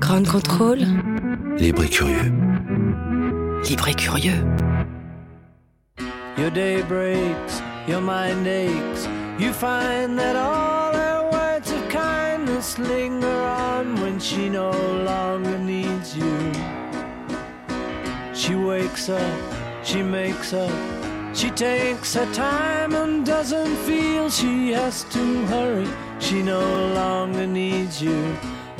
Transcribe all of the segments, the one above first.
Grand contrôle. Libre et curieux. Libre et curieux. Your day breaks, your mind aches. You find that all her words of kindness linger on when she no longer needs you. She wakes up, she makes up, she takes her time and doesn't feel she has to hurry. She no longer needs you.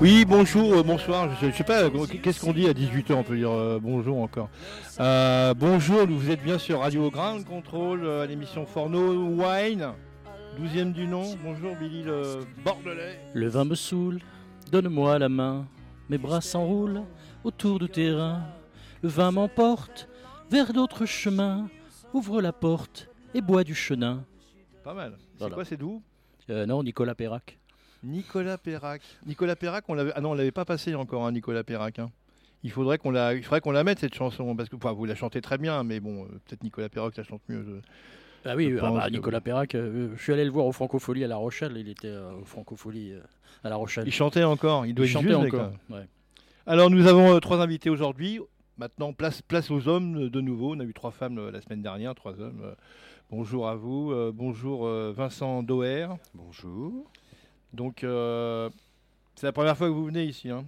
Oui, bonjour, euh, bonsoir. Je sais, je sais pas, euh, qu'est-ce qu'on dit à 18h On peut dire euh, bonjour encore. Euh, bonjour, vous êtes bien sur Radio Ground Control, euh, à l'émission Forno Wine, 12e du nom. Bonjour Billy le Bordelais. Le vin me saoule, donne-moi la main. Mes bras s'enroulent autour du terrain. Le vin m'emporte vers d'autres chemins. Ouvre la porte et bois du chenin. Pas mal. C'est Voilà. quoi, c'est d'où Euh, non, Nicolas Perrac. Nicolas Perrac. Nicolas Perrac, on l'avait. Ah non, on l'avait pas passé encore, hein, Nicolas Perrac. hein. Il faudrait qu'on la, il faudrait qu'on la mette cette chanson parce que enfin, vous la chantez très bien, mais bon, euh, peut-être Nicolas Perrac la chante mieux. je- Ah oui, Je ah pense bah, que- Nicolas Perrac, euh, je suis allé le voir au Francofolie à La Rochelle. Il était euh, au Francofolie euh, à La Rochelle. Il chantait encore. Il doit Il être chantait vieux, ce mec, encore. hein. ouais. Alors nous avons euh, trois invités aujourd'hui. Maintenant, place, place aux hommes euh, de nouveau. On a eu trois femmes euh, la semaine dernière, trois hommes. Euh, Bonjour à vous. Euh, bonjour euh, Vincent Doer. Bonjour. Donc euh, c'est la première fois que vous venez ici. hein.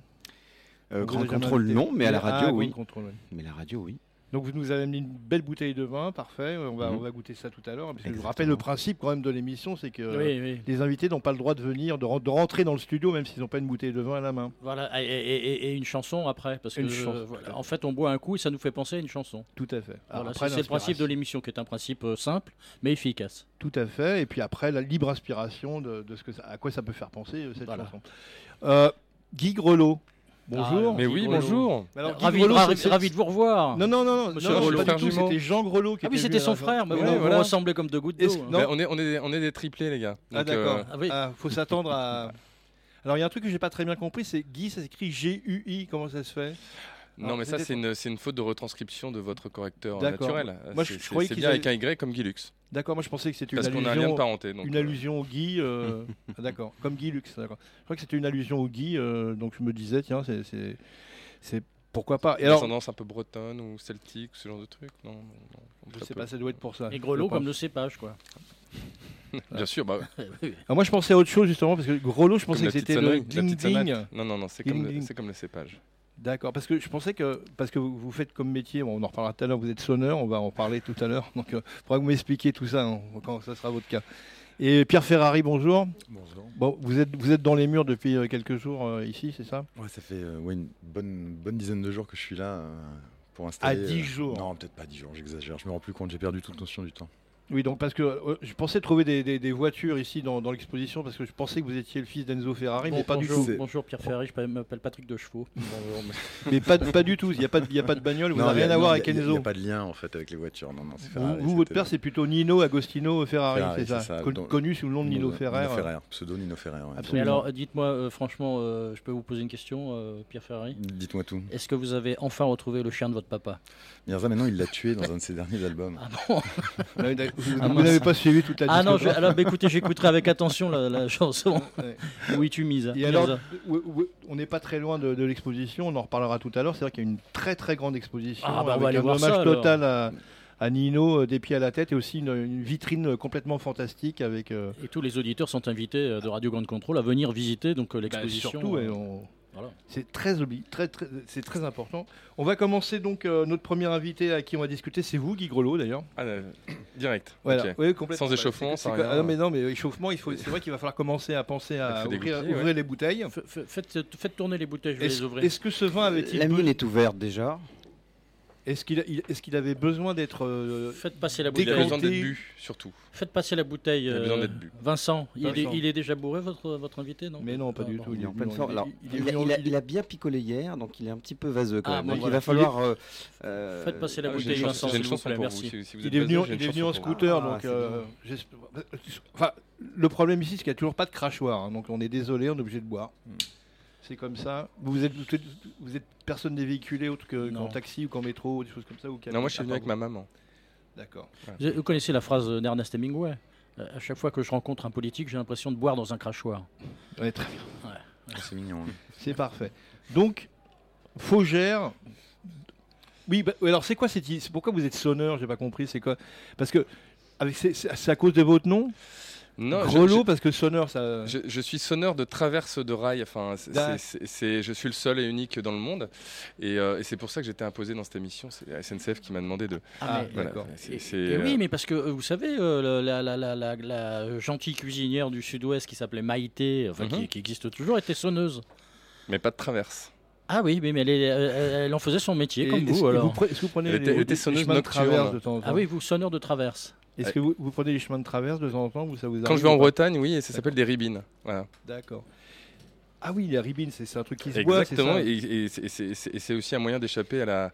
Euh, Vous grand avez jamais contrôle, invité. non, mais à la Ah, radio, Grand oui. Contrôle, oui. Mais la radio, oui. Donc vous nous avez amené une belle bouteille de vin, parfait. On va, Mhm. on va goûter ça tout à l'heure. hein, Parce que Je vous Exactement. rappelle le principe quand même de l'émission, c'est que euh, Oui, oui. les invités n'ont pas le droit de venir, de, ren- de rentrer dans le studio, même s'ils n'ont pas une bouteille de vin à la main. Voilà, et, et- et- et une chanson après, parce Une que chanson, euh, tout à voilà. fait. en fait on boit un coup et ça nous fait penser à une chanson. Tout à fait. Voilà, Après, c'est c'est le principe de l'inspiration. l'émission qui est un principe euh, simple mais efficace. Tout à fait. Et puis après, la libre inspiration de, de ce que ça- à quoi ça peut faire penser euh, cette Voilà. chanson. Euh, Guy Grelot. Bonjour. Ah, Mais Guy oui, Grelot. bonjour. Alors, Guy ravi, Grelot, ravi- c'est- ravi de vous revoir. Non, non, non, non, non, Monsieur c'est Grelot, pas frère du tout, jumeau. c'était Jean Grelot qui ah oui, était c'était venu à son la- frère, mais Oui, vous- vous, voilà. ressemblez comme deux gouttes Est-ce- d'eau. hein. Non. Ben, on, est, on, est des, on est des triplés, les gars. Ah Donc, d'accord. euh, Ah oui. Ah, faut s'attendre à. Alors il y a un truc que j'ai pas très bien compris, c'est Guy, ça s'écrit G-U-I. Comment ça se fait non, mais ça, c'était- c'est une, c'est une faute de retranscription de votre correcteur D'accord. naturel. Moi, C'est- je- je c'est- croyais C'est qu'ils bien avec un avaient- Y comme Guy Lux. D'accord, moi je pensais que c'était une Parce qu'on a un lien allusion. de parenté. Donc, une euh, allusion au Guy, euh, ah, d'accord, comme Guy Lux, d'accord. Je crois que c'était une allusion au Guy, euh, donc je me disais, tiens, c'est- c'est c'est- pourquoi pas. Et alors, Descendance un peu bretonne ou celtique, ce genre de truc. Non, non, non. Je Très sais peu. pas, ça doit être pour ça. Et grelot Je pense. comme le cépage quoi. Bien sûr, bah, Ah, moi, je pensais à autre chose justement parce que grelot, je comme pensais que la petite c'était le sonnerie, la ding petite sonnette. ding. Non, non, non, c'est Ding comme, le- ding. c'est comme le cépage. D'accord, parce que je pensais que parce que vous, vous faites comme métier, bon, on en reparlera tout à l'heure. Vous êtes sonneur, on va en parler tout à l'heure. Donc, euh, il faudra que vous m'expliquiez tout ça hein, quand ça sera votre cas. Et Pierre Ferrari, bonjour. Bonjour. Bon, vous êtes vous êtes dans les murs depuis euh, quelques jours euh, ici, c'est ça Ouais, ça fait euh, ouais, une bonne, bonne dizaine de jours que je suis là euh, pour installer. euh, À 10 jours. Non, peut-être pas 10 jours, j'exagère. Je me rends plus compte, j'ai perdu toute notion du temps. Oui, donc parce que euh, je pensais trouver des, des- des voitures ici dans, dans l'exposition parce que je pensais que vous étiez le fils d'Enzo Ferrari, mais Ah, pas du bonjour, tout. C'est- bonjour Pierre Ferry, je m'appelle Patrick Dechevaux. Mais pas, de- pas du tout. Il n'y a pas de- il y a pas de bagnole. Vous Non, n'avez y a- rien à non, voir y a- avec y a- y Enzo. a pas de lien en fait avec les voitures. Non, non, c'est Vous, Ferrari, vous, votre c'était- père, c'est plutôt Nino Agostino Ferrari, Ferrari, c'est ça, c'est ça, Con- donc- Connu sous le nom de Nino, Ferrer. Ferrer, pseudo Nino Ferrer. ouais. Absolument. Mais alors dites-moi euh, franchement, euh, je peux vous poser une question euh, Pierre Ferry Dites-moi tout. Est-ce que vous avez enfin retrouvé le chien de votre papa Mirza, maintenant, il l'a tué dans un de ses derniers albums. Ah bon Ouais, d'accord. Vous, Ah, vous mince. n'avez pas suivi toute la Ah non, je- discographie. alors bah, écoutez, j'écouterai avec attention la, la chanson. Ouais. Oui, tu mises. Et alors, où- où- on n'est pas très loin de, de l'exposition, on en reparlera tout à l'heure. C'est vrai qu'il y a une très très grande exposition Ah, bah, on va avec aller un voir hommage ça, alors. total à, à Nino, euh, des pieds à la tête, et aussi une, une vitrine complètement fantastique avec euh, Et tous les auditeurs sont invités euh, de Radio Grande Contrôle à venir visiter donc euh, l'exposition. Bah, Surtout, ouais, euh, on- voilà. c'est très, obli- très, très- c'est très important. On va commencer donc euh, notre premier invité à qui on va discuter, c'est vous, Guy Grelot d'ailleurs. Ah, euh, direct. Voilà, ok. oui, complètement. Sans échauffement, C'est- c'est sans quoi- rien. ah non, mais non, mais échauffement, il faut. C'est vrai qu'il va falloir commencer à penser à faut ouvrir, dégoupiller, ouais. ouvrir les bouteilles. F- f- Faites, faites tourner les bouteilles, je vais les Est-ce ouvrir. est-ce que ce vin avait-il La be- mine est ouverte déjà. Est-ce qu'il il- est-ce qu'il avait besoin d'être. euh, Faites passer la Il a bouteille. besoin d'être Décanté. bu, surtout. Faites passer la bouteille. Il a besoin euh, d'être bu. Vincent, il, Vincent. Est, il est déjà bourré, votre, votre invité, non Mais non, pas Ah, du bon. tout. Il est en pleine non, forme. il- Alors, il est Il, a- venu en- il a- il est- il a bien picolé hier, donc il est un petit peu vaseux quand Ah, même. bon, donc voilà. il va falloir. euh, euh, Faites passer la Ah, j'ai bouteille, une chance- Vincent. j'ai s'il une vous chanson plaît, pour vous. merci. Si, si vous Il êtes est venu, basé, j'ai il une est venu en chanson pour vous. scooter, Ah, donc c'est euh, j'espère- enfin, le problème ici, c'est qu'il n'y a toujours pas de crachoir, hein, donc on est désolé, on est obligé de boire. C'est comme ça. Vous êtes, vous êtes, vous êtes personne dévéhiculé autre que- qu'en Non. taxi ou qu'en métro ou des choses comme ça ou Non, moi je suis venu avec ma maman. D'accord. Vous vous connaissez la phrase d'Ernest Hemingway Euh, À chaque fois que je rencontre un politique, j'ai l'impression de boire dans un crachoir. Ouais, très bien. C'est mignon. hein. C'est parfait. Donc Faugère. Oui, bah, ouais, alors c'est quoi cette i- c'est Pourquoi vous êtes sonneur J'ai pas compris. C'est quoi Parce que avec c'est- c'est c'est à cause de votre nom Non, je- Grelot, parce que sonneur, ça. Je, je suis sonneur de traverse de rail. Enfin, c'est- D'accord. c'est- c'est- c'est- je suis le seul et unique dans le monde. Et, euh, et c'est pour ça que j'étais imposé dans cette émission. C'est la SNCF qui m'a demandé de. Ah, mais- Voilà. D'accord. C'est- Et- c'est, et euh, oui, mais parce que euh, vous savez, euh, la, la- la- la- la gentille cuisinière du sud-ouest qui s'appelait Maïté, enfin, qui, Mhm. qui existe toujours, était sonneuse. mais pas de traverse. Ah oui, mais mais elle, est- euh, elle- elle en faisait son métier, Et comme est-ce vous que alors. pre- Est-ce que vous prenez Elle les- était- elle les- était les sonneuse chemins de nocturne. Ah, traverse de temps en temps Ah oui, vous, sonneur de traverse. Est-ce Ouais. que vous, vous prenez les chemins de traverse de temps en temps ou ça vous arrive Quand je vais en ou pas Bretagne, oui, et ça s'appelle des ribines. Voilà. D'accord. Ah oui, la ribine, c'est c'est un truc qui se boit, c'est Exactement. ça et, et c'est- et c'est- et c'est- et c'est aussi un moyen d'échapper à la,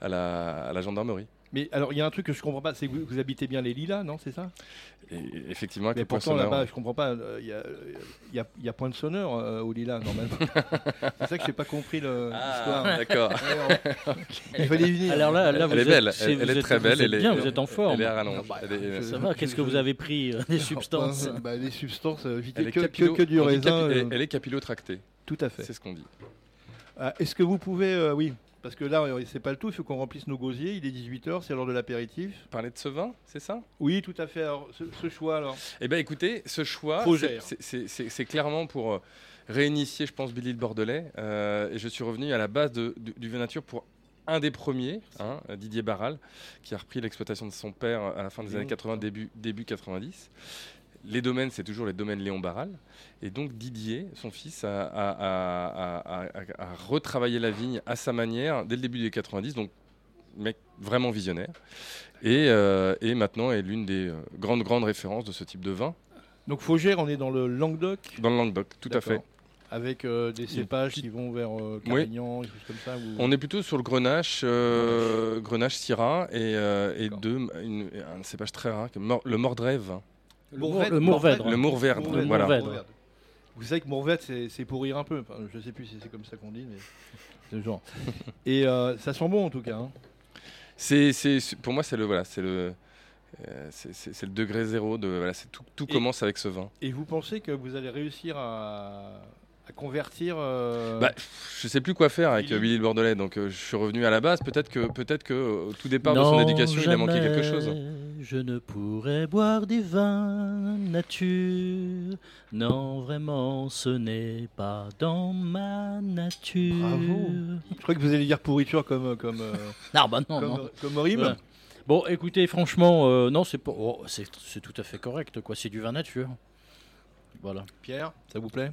à la, à la gendarmerie. Mais alors, il y a un truc que je comprends pas, c'est que vous, vous habitez bien les Lilas, non C'est ça Et, et effectivement, avec Mais le point Ah, pourtant, sonneur, là-bas, je comprends pas, euh, il y a- il y, a, il y a point de sonneur euh, aux Lilas, normalement. c'est ça que j'ai pas compris le- l'histoire. Ah, d'accord. Ouais, on- il fallait venir. Alors là, là Elle vous est êtes- belle, c'est- elle- vous elle est êtes- très vous belle, êtes elle est- bien, vous êtes en forme. Ah, Elle est à rallonge. bah, Elle je- est- Ça va, qu'est-ce que vous avez pris euh, Des substances Ah, bah, Les substances, euh, vite elle est que, que- capillo- que du on dit raisin. capi- euh, Elle, elle est capillotractée. Tout à fait. C'est ce qu'on dit. Ah, Est-ce que vous pouvez. euh, oui, parce que là, euh, c'est pas le tout, il faut qu'on remplisse nos gosiers. Il est 18h, c'est l'heure de l'apéritif. Parler de ce vin, c'est ça Oui, tout à fait. Alors, ce, ce choix, alors. Eh bien, écoutez, ce choix, Faugère. c'est- c'est- c'est c'est clairement pour euh, réinitier, je pense, Billy le Bordelais. Euh, et je suis revenu à la base de- du, du vin nature pour un des premiers, hein, Didier Barral, qui a repris l'exploitation de son père à la fin des Léon, années 80, putain. début, début 90. Les domaines, c'est toujours les domaines Léon Barral. Et donc Didier, son fils, a, a- a- a- a- a retravaillé la vigne à sa manière dès le début des 90. Donc, mec vraiment visionnaire. Et, euh, et maintenant est l'une des euh, grandes, grandes références de ce type de vin. Donc, Faugère, on est dans le Languedoc. Dans le Languedoc, tout à fait. D'accord. Avec euh, des cépages qui vont vers euh, Carignan, des choses comme ça. ou- On est plutôt sur le Grenache, euh, Grenache Syrah et, euh, et D'accord. deux, une- un cépage très rare, que Mor- le Mordrève, Le Mourvèdre, Mourvèdre. Mourvèdre. le Mourvèdre. Mourvèdre. Voilà. Mourvèdre. Vous savez que Mourvèdre, c'est c'est pour rire un peu. Enfin, je sais plus si c'est comme ça qu'on dit, mais c'est le genre. Et euh, ça sent bon en tout cas. hein. C'est, c'est- c'est- pour moi, c'est le voilà, c'est le, euh, c'est, c'est- c'est le degré zéro de voilà, c'est tout, tout Et- commence avec ce vin. Et vous pensez que vous allez réussir à, à convertir. euh, Bah, Je sais plus quoi faire avec Billy. euh, Billy le Bordelais, donc euh, je suis revenu à la base. Peut-être que peut-être que euh, au tout départ de Non, son éducation, il a manqué jamais quelque chose. Je ne pourrais boire des vins nature. Non, vraiment, ce n'est pas dans ma nature. Bravo. Je crois que vous allez dire pourriture comme, comme, euh, Ah bah non, comme, euh, non. comme horrible. Voilà. Bon, écoutez, franchement, euh, non, c'est pas- oh, c'est c'est tout à fait correct, quoi. C'est du vin nature. Voilà. Pierre, ça vous plaît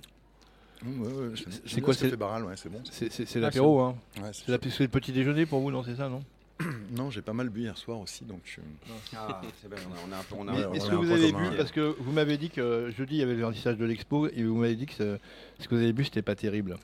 Mmh, ouais, ouais, j'aime- C'est j'aime bien quoi, ce que c'est- fait Barral, ouais, c'est bon. C'est c'est- c'est l'apéro, hein. Ouais, c'est C'est la- c'est le petit déjeuner pour vous, non C'est ça, non Non, j'ai pas mal bu hier soir aussi, donc. euh, Ah, c'est bien, on a- on a un peu- on a- Mais on Ah ouais, Est-ce a que un on vous point avez commun. bu Parce que vous m'avez dit que euh, jeudi il y avait le vernissage de l'expo et vous m'avez dit que ce, ce que vous avez bu c'était pas terrible.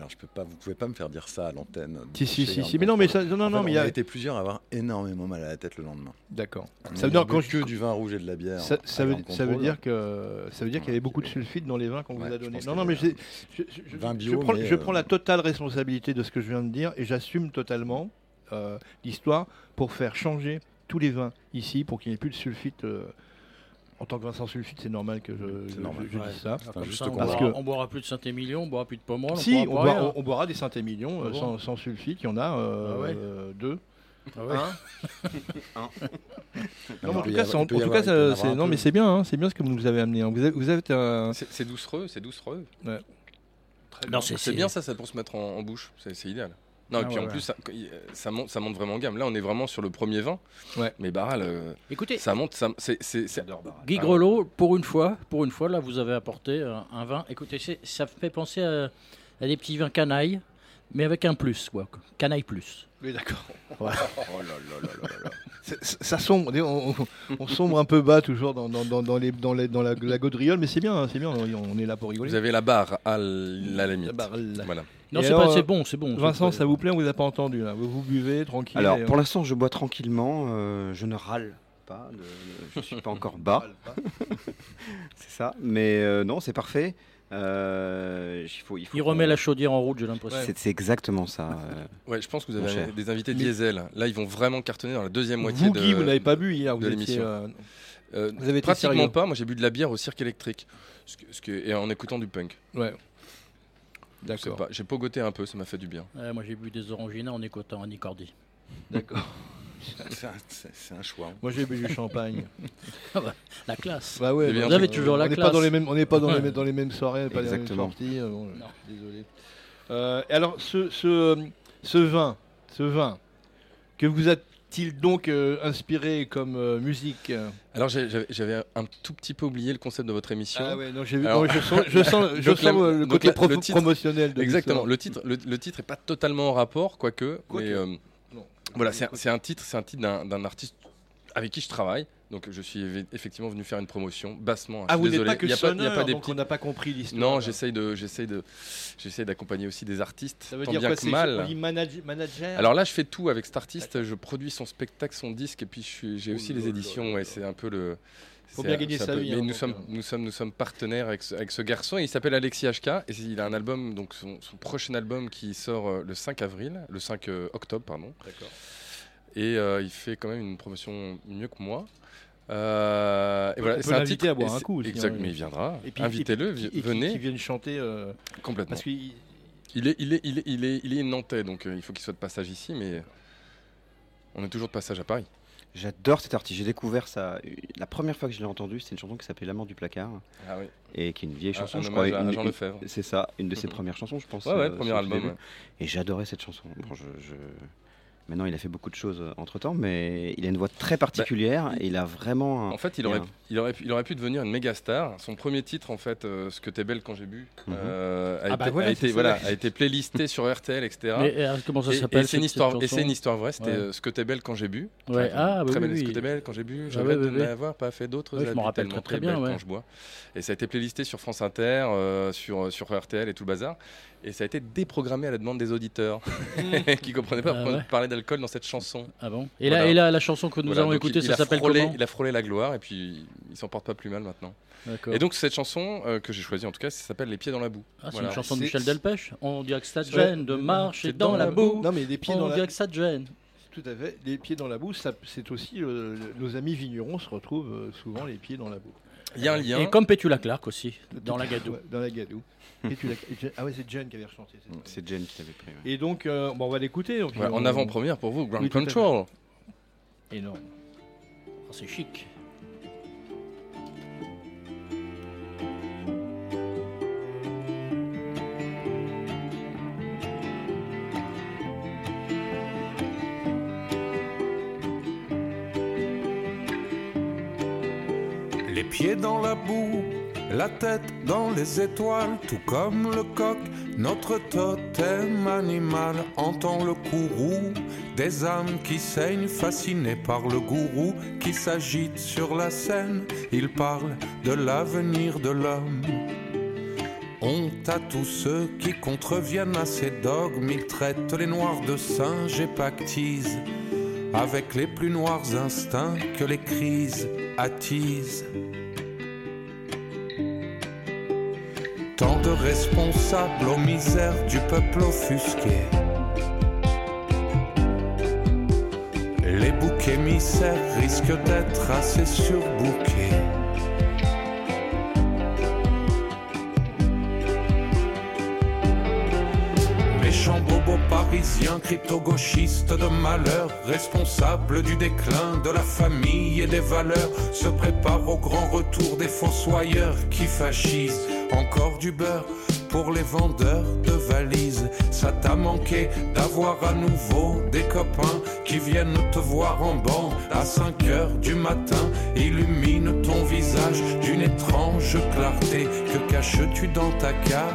Alors, je peux pas, vous pouvez pas me faire dire ça à l'antenne. Si si J'ai si un si. bon Mais non mais problème. ça non non En fait, non mais il y on a a été plusieurs à avoir énormément mal à la tête le lendemain. d'accord. On Ça veut a dire bu quand que je- du vin rouge et de la bière. Ça, ça à veut, grand ça veut contrôle. hein. dire que ça veut dire qu'il y avait beaucoup de sulfite dans les vins qu'on Ouais, vous a je donné. pense Non qu'il non y mais avait j'ai- je, je- je- Vin je bio, prends, mais, je prends euh, la totale responsabilité de ce que je viens de dire et j'assume totalement euh, l'histoire pour faire changer tous les vins ici pour qu'il n'y ait plus de sulfite. euh, en tant que Vincent Sulfite, c'est normal que je, C'est je- normal. je Ouais. dise ça. Enfin, Comme juste ça, on, qu'on- parce boira, que- on boira plus de Saint-Émilion, on boira plus de Pomerol. si, on, boira plus boira- rien. on- on boira des Saint-Émilion Ah euh, bon sans, sans sulfite, il y en a euh, Ah ouais. euh, deux. Hein Ah ouais. Non, mais en il tout peut y cas, avoir- c'est- en il peut y tout avoir- cas, il peut y en ça- avoir c'est un non, peu. mais c'est bien, hein, c'est bien ce que vous nous avez amené. hein. Vous avez, vous avez un- C'est, c'est doucereux, c'est doucereux. Ouais. Non, C'est, c'est- bien ça, ça pour se mettre en, en bouche, c'est, c'est idéal. Non, Ah, et puis ouais, en ouais. plus, ça, euh, ça monte, ça monte vraiment en gamme. Là, on est vraiment sur le premier vin. Ouais. Mais Barral, euh, Écoutez, ça monte, ça, c'est, c'est, c'est- Guy Ah, Grelot, pour une fois, pour une fois, là, vous avez apporté euh, un vin. Écoutez, c'est- ça fait penser à, à des petits vins canailles, mais avec un plus, quoi. Canaille plus. Oui, d'accord. Oh là là là là là. C'est- c'est- Ça sombre, on, on- on sombre un peu bas toujours dans, dans, dans, dans les, dans, les- dans la, la gaudriole, mais c'est bien, hein, c'est bien, on, on est là pour rigoler. Vous avez la barre à l- la limite. La barre, là. Voilà. Non, Et c'est alors, pas- euh, c'est bon, c'est bon. c'est Vincent, pas- ça vous plaît, on vous a pas entendu là. Vous, vous buvez tranquille. Alors, et- pour l'instant, je bois tranquillement. euh, je ne râle pas. de- je ne suis pas encore bas. c'est ça. Mais euh, non, c'est parfait. Euh, il faut, il faut Il qu'on- remet la chaudière en route, j'ai l'impression. C'est c'est exactement ça. euh. Ouais, je pense que vous Mon avez cher. des invités Mais- diesel. Là, ils vont vraiment cartonner dans la deuxième moitié vous, de Guy, vous n'avez pas bu hier, vous, de étiez, l'émission. euh, Euh, vous avez été pratiquement sérieux. pas. Moi, j'ai bu de la bière au cirque électrique. Ce que- ce que- et en écoutant du punk. Ouais. Je sais D'accord. pas, J'ai pogoté un peu, ça m'a fait du bien. Ouais, moi, j'ai bu des oranginas en écoutant Annie Cordy. D'accord. C'est un- C'est c'est un choix. Moi, j'ai bu du champagne. Ah La classe. Bah ouais, Vous bah, avez on- toujours on la n'est pas classe. dans les mêmes, on n'est pas dans les, Ouais. mêmes- dans les mêmes soirées, pas Exactement. les mêmes sorties. euh, bon, Non. Désolé. Euh, et alors, ce, ce, ce vin, ce vin, que vous a-t-il donc euh, inspiré comme euh, musique euh Alors, j'ai- j'avais j'avais un tout petit peu oublié le concept de votre émission. Ah ouais, non, j'ai vu. Alors- non, je sens, je sens, je Donc sens la- le, le donc côté la- pro- le titre- promotionnel. De Exactement. l'histoire. Le titre, le, le titre est pas totalement en rapport, quoique. Quoique. mais, euh, Non. voilà, c'est un- c'est un titre, c'est un titre d'un d'un artiste avec qui je travaille. Donc, je suis éve- effectivement venu faire une promotion bassement. hein, Ah, je suis vous n'êtes désolé. pas que Il y a pas- il y a sonneur, pas des donc petits- on n'a pas compris l'histoire. Non, là. j'essaye de, j'essaye de, j'essaye d'accompagner aussi des artistes, Ça veut tant dire bien quoi que c'est- mal. On dit manage- manager. Alors là, je fais tout avec cet artiste. Je produis son spectacle, son disque, et puis je suis- j'ai Oh aussi là les là éditions. là Ouais, là. c'est un peu le. Faut c'est bien un- gagner c'est un sa peu- vie, hein, Mais nous donc, sommes, euh. nous sommes, nous sommes partenaires avec ce, avec ce garçon. Et il s'appelle Alexis HK. Et il a un album, donc son, son prochain album qui sort euh, le 5 avril, le 5 euh, octobre, pardon. D'accord. Et euh, il fait quand même une promotion mieux que moi. Euh, et On voilà, peut c'est un l'inviter titre- à boire et un c'est- coup aussi, Exact, hein. mais il viendra. Et puis- Invitez-le, et vi- puis- et venez Qui viennent chanter euh, complètement. parce qu'il Il est, il est, il est, il est, il est nantais, donc euh, il faut qu'il soit de passage ici, mais on est toujours de passage à Paris. J'adore cet artiste. J'ai découvert ça. La première fois que je l'ai entendu, c'était une chanson qui s'appelait L'amour du placard Ah oui. et qui est une vieille Un- chanson, un je crois. hommage à- à une- Jean une- Lefebvre. C'est ça, une de ses Mhm. premières chansons, je pense. Ouais, ouais, euh, premier sur le album, début. ouais. Et j'adorais cette chanson. Bon, je, je- Maintenant, il a fait beaucoup de choses entre temps, mais il a une voix très particulière et il a vraiment. un- Bah, En fait, il il y a aurait, un- il, aurait pu, il aurait pu devenir une méga star. Son premier titre, en fait, euh, Ce que t'es belle quand j'ai bu, Mhm. euh, a, Ah été, bah a voilà, été- c'est voilà, ça. a été playlisté sur RTL, etc. Mais euh, comment ça Et- s'appelle et c'est une, cette- histoire- cette et c'est une chanson histoire vraie, c'était Ouais. euh, Ce que t'es belle quand j'ai bu. Ouais. Ah, oui, très belle, oui, Ce que oui. t'es belle quand j'ai bu, Ah, j'avais ouais, de ouais, ouais. n'avoir pas fait d'autres Ouais, je m'en habits rappelle tellement très, très belle bien, ouais. quand je bois. Et ça a été playlisté sur France Inter, euh, sur, sur RTL et tout le bazar. Et ça a été déprogrammé à la demande des auditeurs qui comprenaient pas Ah pourquoi ouais. on parlait d'alcool dans cette chanson. Ah bon et, là, Voilà. et là, la chanson que nous Voilà, allons donc écouter, il- il ça a s'appelle frôlé- comment Il a frôlé la gloire et puis il s'en porte pas plus mal maintenant. D'accord. Et donc cette chanson euh, que j'ai choisie en tout cas, ça s'appelle Les pieds dans la boue. Ah, c'est voilà. une chanson de C'est- Michel Delpech. On dirait que ça te Ouais. gêne de marcher C'est dans, la boue. Non mais des pieds dans On la dirait que ça te gêne. Tout à fait. Les pieds dans la boue, ça- c'est aussi euh, le- nos amis vignerons se retrouvent euh, souvent les pieds dans la boue. Il y a un lien. Et comme Pétula Clark aussi, dans la gadoue. Ouais, dans la gadoue. Et tu l'as- et tu- ah ouais, c'est John qui avait rechanté. c'est ça. C'est Jen qui l'avait pris. ouais. Et donc, euh, bon, on va l'écouter. puis Voilà, on- Mm. en avant-première pour vous, Ground Oui, tout à fait. Control. Énorme. Oh, Ah, c'est chic. Les pieds dans la boue, la tête dans les étoiles, tout comme le coq, notre totem animal entend le courroux des âmes qui saignent, fascinées par le gourou qui s'agite sur la scène. Il parle de l'avenir de l'homme. Honte à tous ceux qui contreviennent à ces dogmes, ils traitent les noirs de singes et pactisent avec les plus noirs instincts que les crises attisent. Tant de responsables aux misères du peuple offusqué. Les boucs émissaires risquent d'être assez surbouqués. Méchants bobos parisiens, crypto-gauchistes de malheur, responsables du déclin de la famille et des valeurs, se préparent au grand retour des fossoyeurs qui fascisent encore du beurre pour les vendeurs de valises. Ça t'a manqué d'avoir à nouveau des copains qui viennent te voir en banc à 5 heures du matin, illumine ton visage d'une étrange clarté. Que caches-tu dans ta cave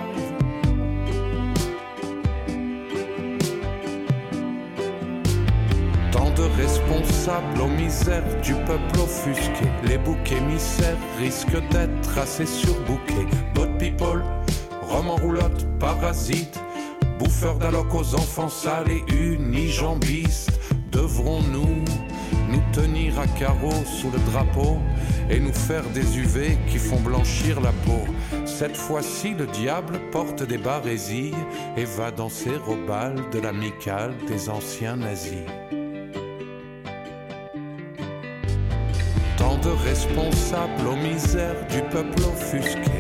responsable aux misères du peuple offusqué. Les boucs émissaires risquent d'être assez surbouqués. Bot people, roman roulotte, parasite, bouffeurs d'alloc aux enfants sales et unijambistes. Devrons-nous nous tenir à carreau sous le drapeau et nous faire des UV qui font blanchir la peau. Cette fois-ci, le diable porte des barésilles et va danser au bal de l'amicale des anciens nazis. Tant de responsables aux misères du peuple offusqué.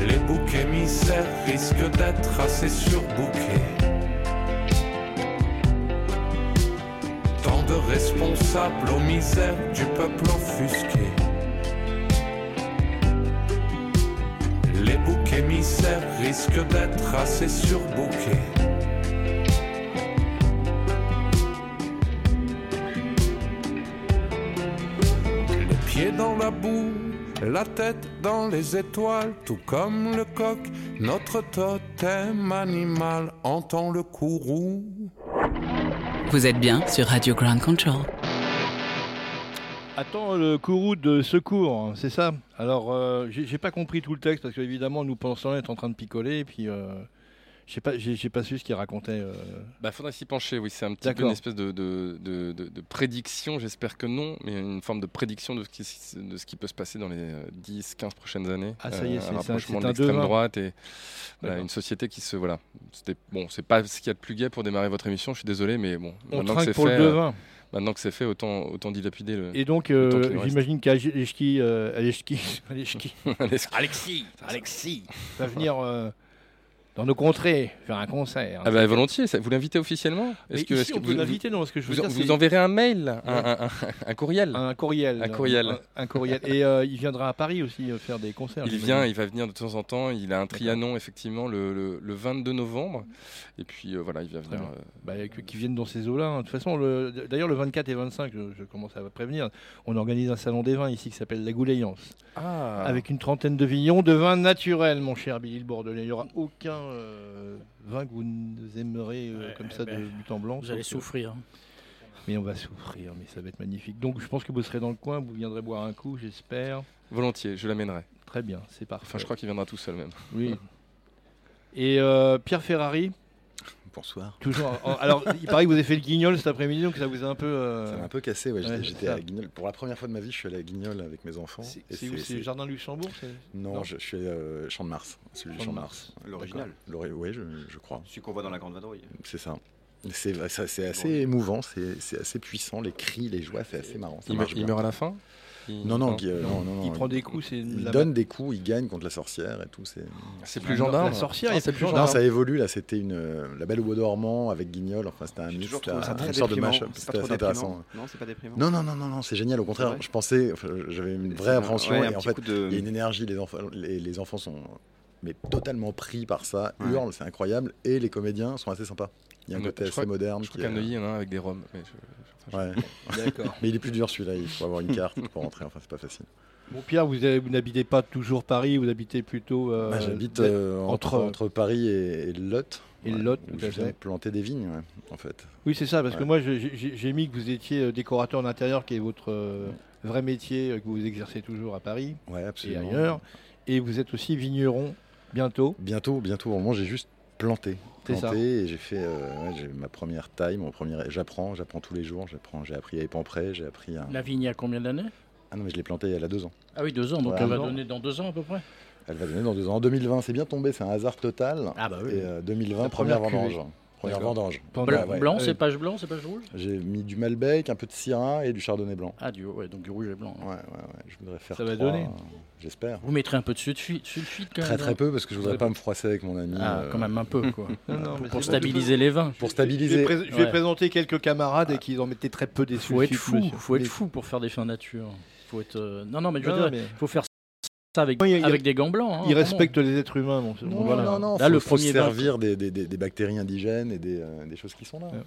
Les boucs émissaires risquent d'être assez surbouqués. Tant de responsables aux misères du peuple offusqué. Les boucs émissaires risquent d'être assez surbouqués. Les pieds dans la boue, la tête dans les étoiles, tout comme le coq, notre totem animal entend le courroux. Vous êtes bien sur Radio Ground Control. Attends le courroux de secours, hein, c'est ça Alors, euh, j'ai j'ai pas compris tout le texte parce que évidemment, nous pensons être en train de picoler et puis euh, j'ai pas, j'ai j'ai pas su ce qu'il racontait. euh. Bah, faudrait s'y pencher, oui. C'est un petit peu D'accord. une espèce de, de- de- de- de prédiction, j'espère que non, mais une forme de prédiction de ce qui, s- de ce qui peut se passer dans les euh, 10, 15 prochaines années. euh, Ah, ça y est, c'est- c'est un un- rapprochement c'est de un l'extrême devin. droite et voilà, D'accord. une société qui se. Voilà. C'était, bon, c'est pas ce qu'il y a de plus gai pour démarrer votre émission, je suis désolé, mais bon. On maintenant que trinque c'est pour fait, le euh, devin. Maintenant que c'est fait, autant, autant dilapider le. Et donc, le temps euh, qu'il nous reste. j'imagine qu'Aleski euh, Aleshki- Aleshki Aleshki. Alexis, Alexis va venir euh, dans nos contrées faire un concert. Ah bah, volontiers, ça- vous l'invitez officiellement Mais que, ici, on peut vous- l'inviter, non Parce que je veux vous, dire, vous c'est- enverrez un mail, un, un- un- un courriel. un courriel. Un courriel. Un, un courriel. Et euh, il viendra à Paris aussi euh, faire des concerts. Il j'imagine. vient, il va venir de temps en temps. Il a un trianon effectivement le, le- le 22 novembre. Et puis euh, voilà, il va venir. bien. euh, Bah, que- qui viennent dans ces eaux-là. hein. De toute façon, le- d'ailleurs, le 24 et 25, je, je commence à prévenir, on organise un salon des vins ici qui s'appelle La Gouléance, avec une trentaine de vignons de vins naturels, mon cher Billy le Bordelais. Il n'y aura aucun euh, vin que vous nous aimerez euh, comme ça de but en blanc. ben, Vous allez sauf que- souffrir. Mais on va souffrir, mais ça va être magnifique. Donc, je pense que vous serez dans le coin, vous viendrez boire un coup, j'espère. Volontiers, je l'amènerai. Très bien, c'est parfait. Enfin, je crois qu'il viendra tout seul même. Oui. Et euh, Pierre Ferrari, Bonsoir. toujours. en- alors, il paraît que vous avez fait le guignol cet après-midi, donc ça vous a un peu. euh, Ça m'a un peu cassé, ouais, j'étais- ouais, c'est j'étais ça. à Guignol. Pour la première fois de ma vie, je suis allé à Guignol avec mes enfants. C'est et c'est où C'est Jardin Luxembourg c'est- Non, je, je suis allé euh, Champ de Mars, celui du Champ Champ de de Mars. L'original. L'ori- Oui, je, je crois, Celui qu'on voit dans la grande vadrouille. c'est ça. C'est bah, ça- c'est assez émouvant, c'est c'est assez puissant, les cris, les joies, c'est assez marrant. ça Il, me- marche il bien. meurt à la fin Il- Non, non, Guy- euh, non, non, il non, prend des coups, c'est Il la- donne des coups, il gagne contre la sorcière et tout. C'est... C'est la- plus gendarme. Ah, La sorcière, il y a c'est plus plus Non, gendarme. ça évolue là. C'était une euh, la Belle au bois dormant avec Guignol. Enfin, c'était un J'ai mix, toujours là, trouvé ça très une sorte de déprimant. mashup. C'est pas C'était trop assez intéressant. déprimant. Non, c'est pas déprimant. Non, non, non, non, non, c'est génial. Au contraire, vrai je pensais, enfin, j'avais une vraie C'est un- appréhension ouais, un et en petit fait, coup de- il y a une énergie. Les enfants, les, les enfants sont mais totalement pris par ça. Ouais. Hurlent, c'est incroyable. Et les comédiens sont assez sympas. Il y a un Mais côté je crois assez que- moderne. Je crois qui qu'à est- euh, Neuilly, il y en a un avec des roms. mais je- je- Ouais. D'accord. Mais il est plus dur celui-là. Il faut avoir une carte pour rentrer. Enfin, c'est pas facile. Bon, Pierre, vous, avez- vous n'habitez pas toujours Paris, vous habitez plutôt. euh, Bah, J'habite Bel- euh, entre, entre- entre Paris et, et le Lot. Et le Lot, où tout à Je viens fait. de planter des vignes, ouais, en fait. Oui, c'est ça, parce que Ouais. moi, je- j'ai j'ai mis que vous étiez euh, décorateur d'intérieur, qui est votre euh, vrai métier euh, que vous exercez toujours à Paris Ouais, et absolument. ailleurs. Et vous êtes aussi vigneron bientôt. Bientôt, bientôt, au moment, j'ai juste planté. C'est ça. Planté et j'ai fait euh, ouais, j'ai eu ma première taille, mon premier. J'apprends, j'apprends tous les jours. J'apprends, j'ai appris à épamprer, j'ai appris à. La vigne, il y a combien d'années Ah non, mais je l'ai plantée elle a deux ans. Ah oui, deux ans, donc Ouais, elle va deux ans. donner dans deux ans à peu près. Elle va donner dans deux ans. En 2020, c'est bien tombé, c'est un hasard total. Ah bah oui. Et euh, 2020, La première, première cuvée. vendange. Première D'accord. vendange. Pendant- Blanc, Bah ouais. blanc Ah oui. cépage blanc, cépage rouge J'ai mis du Malbec, un peu de Syrah et du Chardonnay blanc. Ah, du, ouais, donc du rouge et blanc. Ouais, ouais, ouais. Je voudrais faire. Ça va trois, donner. euh, J'espère. Vous mettrez un peu de sulfite, sulfite quand Très même. très peu parce que je voudrais Vous pas me froisser avec mon ami. Ah, euh, quand même un peu, quoi. Non, non, mais Pour c'est bon, stabiliser les vins. Pour Je vais, stabiliser. pré- je vais Ouais. présenter quelques camarades et qu'ils en mettaient très peu des Faut être sulfites, fou, monsieur. faut être Mais- fou pour faire des fins nature. Faut être. euh, Non, non, mais je veux Non, dire, mais faut faire ça avec, Oui, il y a- avec des gants blancs. hein, Ils vraiment. respectent les êtres humains, mon Non, Voilà. non, non, Là, faut- le faut premier se vin- servir des, des- des- des bactéries indigènes et des, euh, des choses qui sont là. Ouais.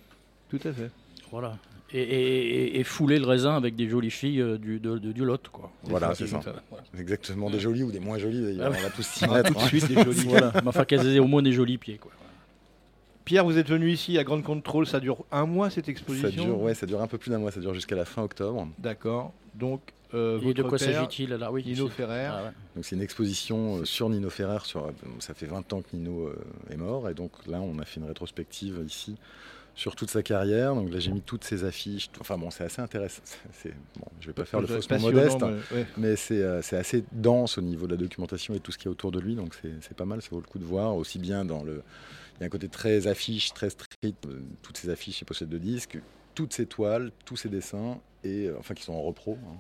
Tout à fait. Voilà. Et, et- et- et fouler le raisin avec des jolies filles euh, du, de- de- du lot, quoi. Voilà, c'est ça. Voilà. Exactement, des jolies ou des moins jolies d'ailleurs. Ah On va tous s'y mettre. hein. Suite des jolies. Mais enfin, qu'elles aient au moins des jolis pieds, quoi. Pierre, vous êtes venu ici à Grande Contrôle, ça dure un mois cette exposition Ça dure, ouais, ça dure un peu plus d'un mois, ça dure jusqu'à la fin octobre. D'accord. Donc, euh, Et de votre quoi père, s'agit-il alors Oui, Nino si. Ferrer. Ah, ouais. Donc c'est une exposition euh, sur Nino Ferrer. Sur, euh, ça fait 20 ans que Nino euh, est mort et donc là on a fait une rétrospective ici sur toute sa carrière. Donc là j'ai mis toutes ses affiches. tout- Enfin bon c'est assez intéressant. C'est, bon, je vais pas faire le Vous êtes passionnant, faussement modeste, hein, mais- ouais. mais c'est, euh, c'est assez dense au niveau de la documentation et tout ce qu'il y a autour de lui. Donc c'est, c'est pas mal, ça vaut le coup de voir aussi bien dans le. Il y a un côté très affiche, très street. euh, Toutes ces affiches et pochettes de disques, toutes ses toiles, tous ses dessins et euh, enfin qui sont en repro. hein,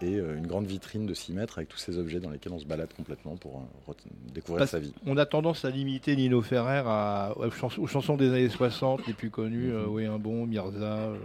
et euh, une grande vitrine de 6 mètres avec tous ces objets dans lesquels on se balade complètement pour euh, re- découvrir Parce- sa vie. On a tendance à limiter Nino Ferrer à- aux, chans- aux chansons des années 60, les plus connues, Mhm. euh, Oui, un bon, Mirza, euh,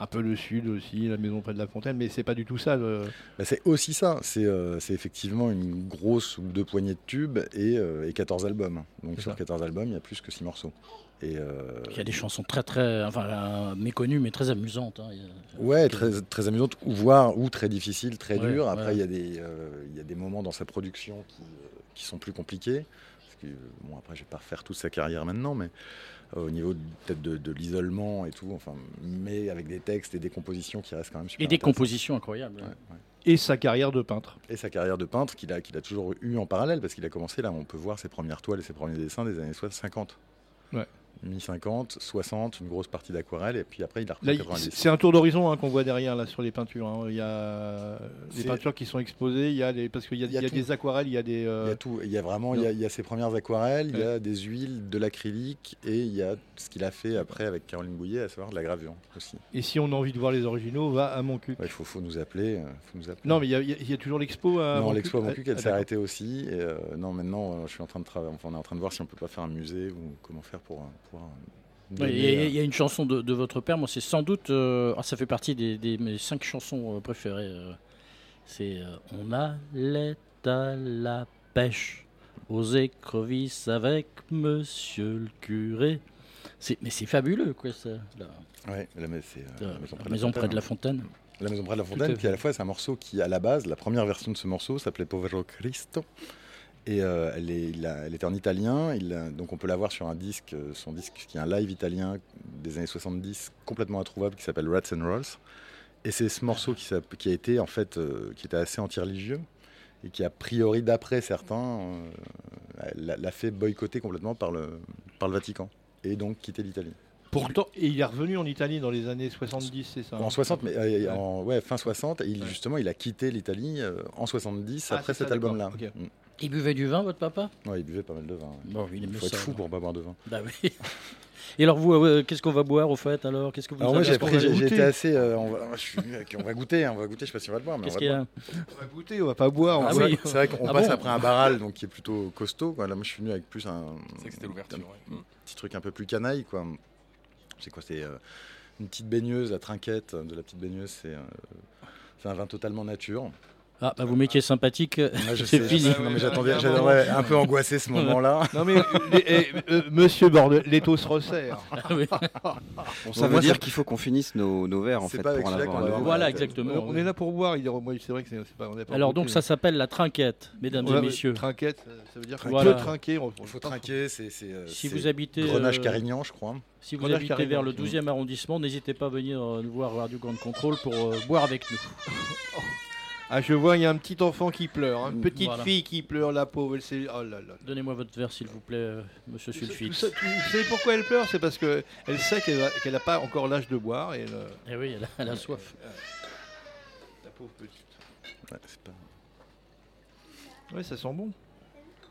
un peu le Sud aussi, La Maison près de la Fontaine, mais c'est pas du tout ça. le- Bah, c'est aussi ça, c'est euh, c'est effectivement une grosse ou deux poignées de tubes et, euh, et 14 albums. Donc C'est sur ça. 14 albums, il y a plus que 6 morceaux. Et, euh, Il y a des chansons très, très. Enfin, euh, méconnues, mais très amusantes. hein. Il y a- Ouais, très, très amusante, ou voire ou très difficile, très Ouais, dure. ouais. Après, il y a des, euh, il y a des moments dans sa production qui, euh, qui sont plus compliqués. Parce que, euh, bon, après, je vais pas refaire toute sa carrière maintenant, mais euh, au niveau de- peut-être de, de l'isolement et tout, enfin, mais avec des textes et des compositions qui restent quand même super. Et des intéressantes. compositions incroyables. Ouais, ouais. Et sa carrière de peintre. Et sa carrière de peintre qu'il a, qu'il a toujours eu en parallèle, parce qu'il a commencé là, on peut voir ses premières toiles et ses premiers dessins des années 60, 50. Ouais. Mi-50, 60, une grosse partie d'aquarelle, et puis après il a repris Là, il- 90. c'est un tour d'horizon hein, qu'on voit derrière là sur les peintures. hein. Il y a les C'est- peintures qui sont exposées, il y a des- parce qu'il y a, Il y a il y a tout. des aquarelles, il y a des. euh, Il y a tout. Il y a vraiment, il y a, il y a ses premières aquarelles, il y a des huiles, de l'acrylique et il y a ce qu'il a fait après avec Caroline Bouillet, à savoir de la gravure aussi. Et si on a envie de voir les originaux, va à mon cul. Il faut, faut nous appeler. euh, Faut nous appeler. Non, mais il y a- il y, a- il y a toujours l'expo à non, Montcuq. l'expo à Montcuq, Ah, elle s'est d'accord. arrêtée aussi. Et euh, non, maintenant, euh, je suis en train de travailler. Enfin, on est en train de voir si on peut pas faire un musée ou comment faire pour euh, pouvoir. euh, Ouais, donner, Il y, a- euh, il y a une chanson de, de votre père, moi c'est sans doute, euh, ah, ça fait partie des, des- mes cinq chansons euh, préférées. euh. c'est euh, On allait à la pêche aux écrevisses avec monsieur le euh, curé. C'est- Mais c'est fabuleux quoi ça. La, ouais, la, mais c'est, euh, la- la maison la près de la maison Fontaine, près de la hein. fontaine. La Maison près de la Tout à Fontaine, fait. qui à la fois c'est un morceau qui, à la base, la première version de ce morceau s'appelait Povero Cristo. Et euh, elle, est, il a- elle était en italien, il a- donc on peut la voir sur un disque, euh, son disque qui est un live italien des années 70, complètement introuvable, qui s'appelle Rats and Rolls. Et c'est ce morceau qui, s'app- qui a été, en fait, euh, qui était assez anti-religieux, et qui, a priori, d'après certains, euh, l'a l'a fait boycotter complètement par le, par le Vatican, et donc quitter l'Italie. Pourtant, et il est revenu en Italie dans les années 70, c'est ça hein En 60, mais euh, Ouais. en ouais, fin 60, et il, justement, il a quitté l'Italie euh, en 70 Ah, après c'est ça, cet album-là. d'accord, ok. Mm. Il buvait du vin votre papa Ouais, il buvait pas mal de vin. ouais. Bon, il Il aimait faut être ça. fou pour pas boire de vin. Bah oui. Et alors vous, euh, qu'est-ce qu'on va boire au fait alors Qu'est-ce que vous Alors avez moi, j'ai à ce appris, qu'on va j'ai- j'ai goûter été assez. euh, on, va, je suis- on va goûter, hein, on va goûter. Je sais pas si on va le boire, mais on Qu'est-ce va qu'il y le boire. a On va goûter, on va pas boire. on Ah va- C'est oui. vrai- c'est vrai qu'on Ah passe bon après un barral, donc qui est plutôt costaud. quoi. Là, moi, je suis venu avec plus un. C'est que c'était l'ouverture. ouais. Mm. petit truc un peu plus canaille, quoi. C'est quoi C'est euh, une petite baigneuse, la trinquette de la petite baigneuse. C'est euh, c'est un vin totalement nature. Ah bah vous m'étiez sympathique. Ah, je C'est sais, fini. je sais. Non, mais j'attendais, Ouais, j'étais ouais, un peu angoissé ce moment-là. Non mais euh, les- eh, euh, Monsieur Bordel, l'étau se resserre. Ah oui. Ça moi, veut dire qu'il faut qu'on finisse nos, nos verres en C'est fait pas avec pour en celui-là avoir. qu'on va un. boire. Voilà ouais. exactement. on est là pour boire. il est- moi, C'est vrai que c'est c'est pas. on est pas Alors pour donc tout, ça hein. s'appelle la trinquette, mesdames Ouais, et mais messieurs. Trinquette, ça- ça veut dire qu'on Voilà. peut trinquer. on- on- Il faut trinquer, c'est. c'est, euh, Si c'est vous habitez, Grenage euh, Carignan, je crois. Si vous Grenade habitez Carignan, vers le oui. 12e arrondissement, n'hésitez pas à venir euh, nous voir à Radio Grande Contrôle pour euh, boire avec nous. Ah, je vois, il y a un petit enfant qui pleure, hein, une petite Mmh, Voilà. fille qui pleure, la pauvre. elle s'est- Oh là là. Donnez-moi votre verre, s'il vous plaît, euh, monsieur Tout ça- tout Sulfite. ça- tout- Vous savez pourquoi elle pleure C'est parce que elle sait qu'elle va- qu'elle n'a pas encore l'âge de boire et elle, euh, Eh oui, elle a, elle a soif. la pauvre petite. Ouais, c'est pas- Ouais, ça sent bon.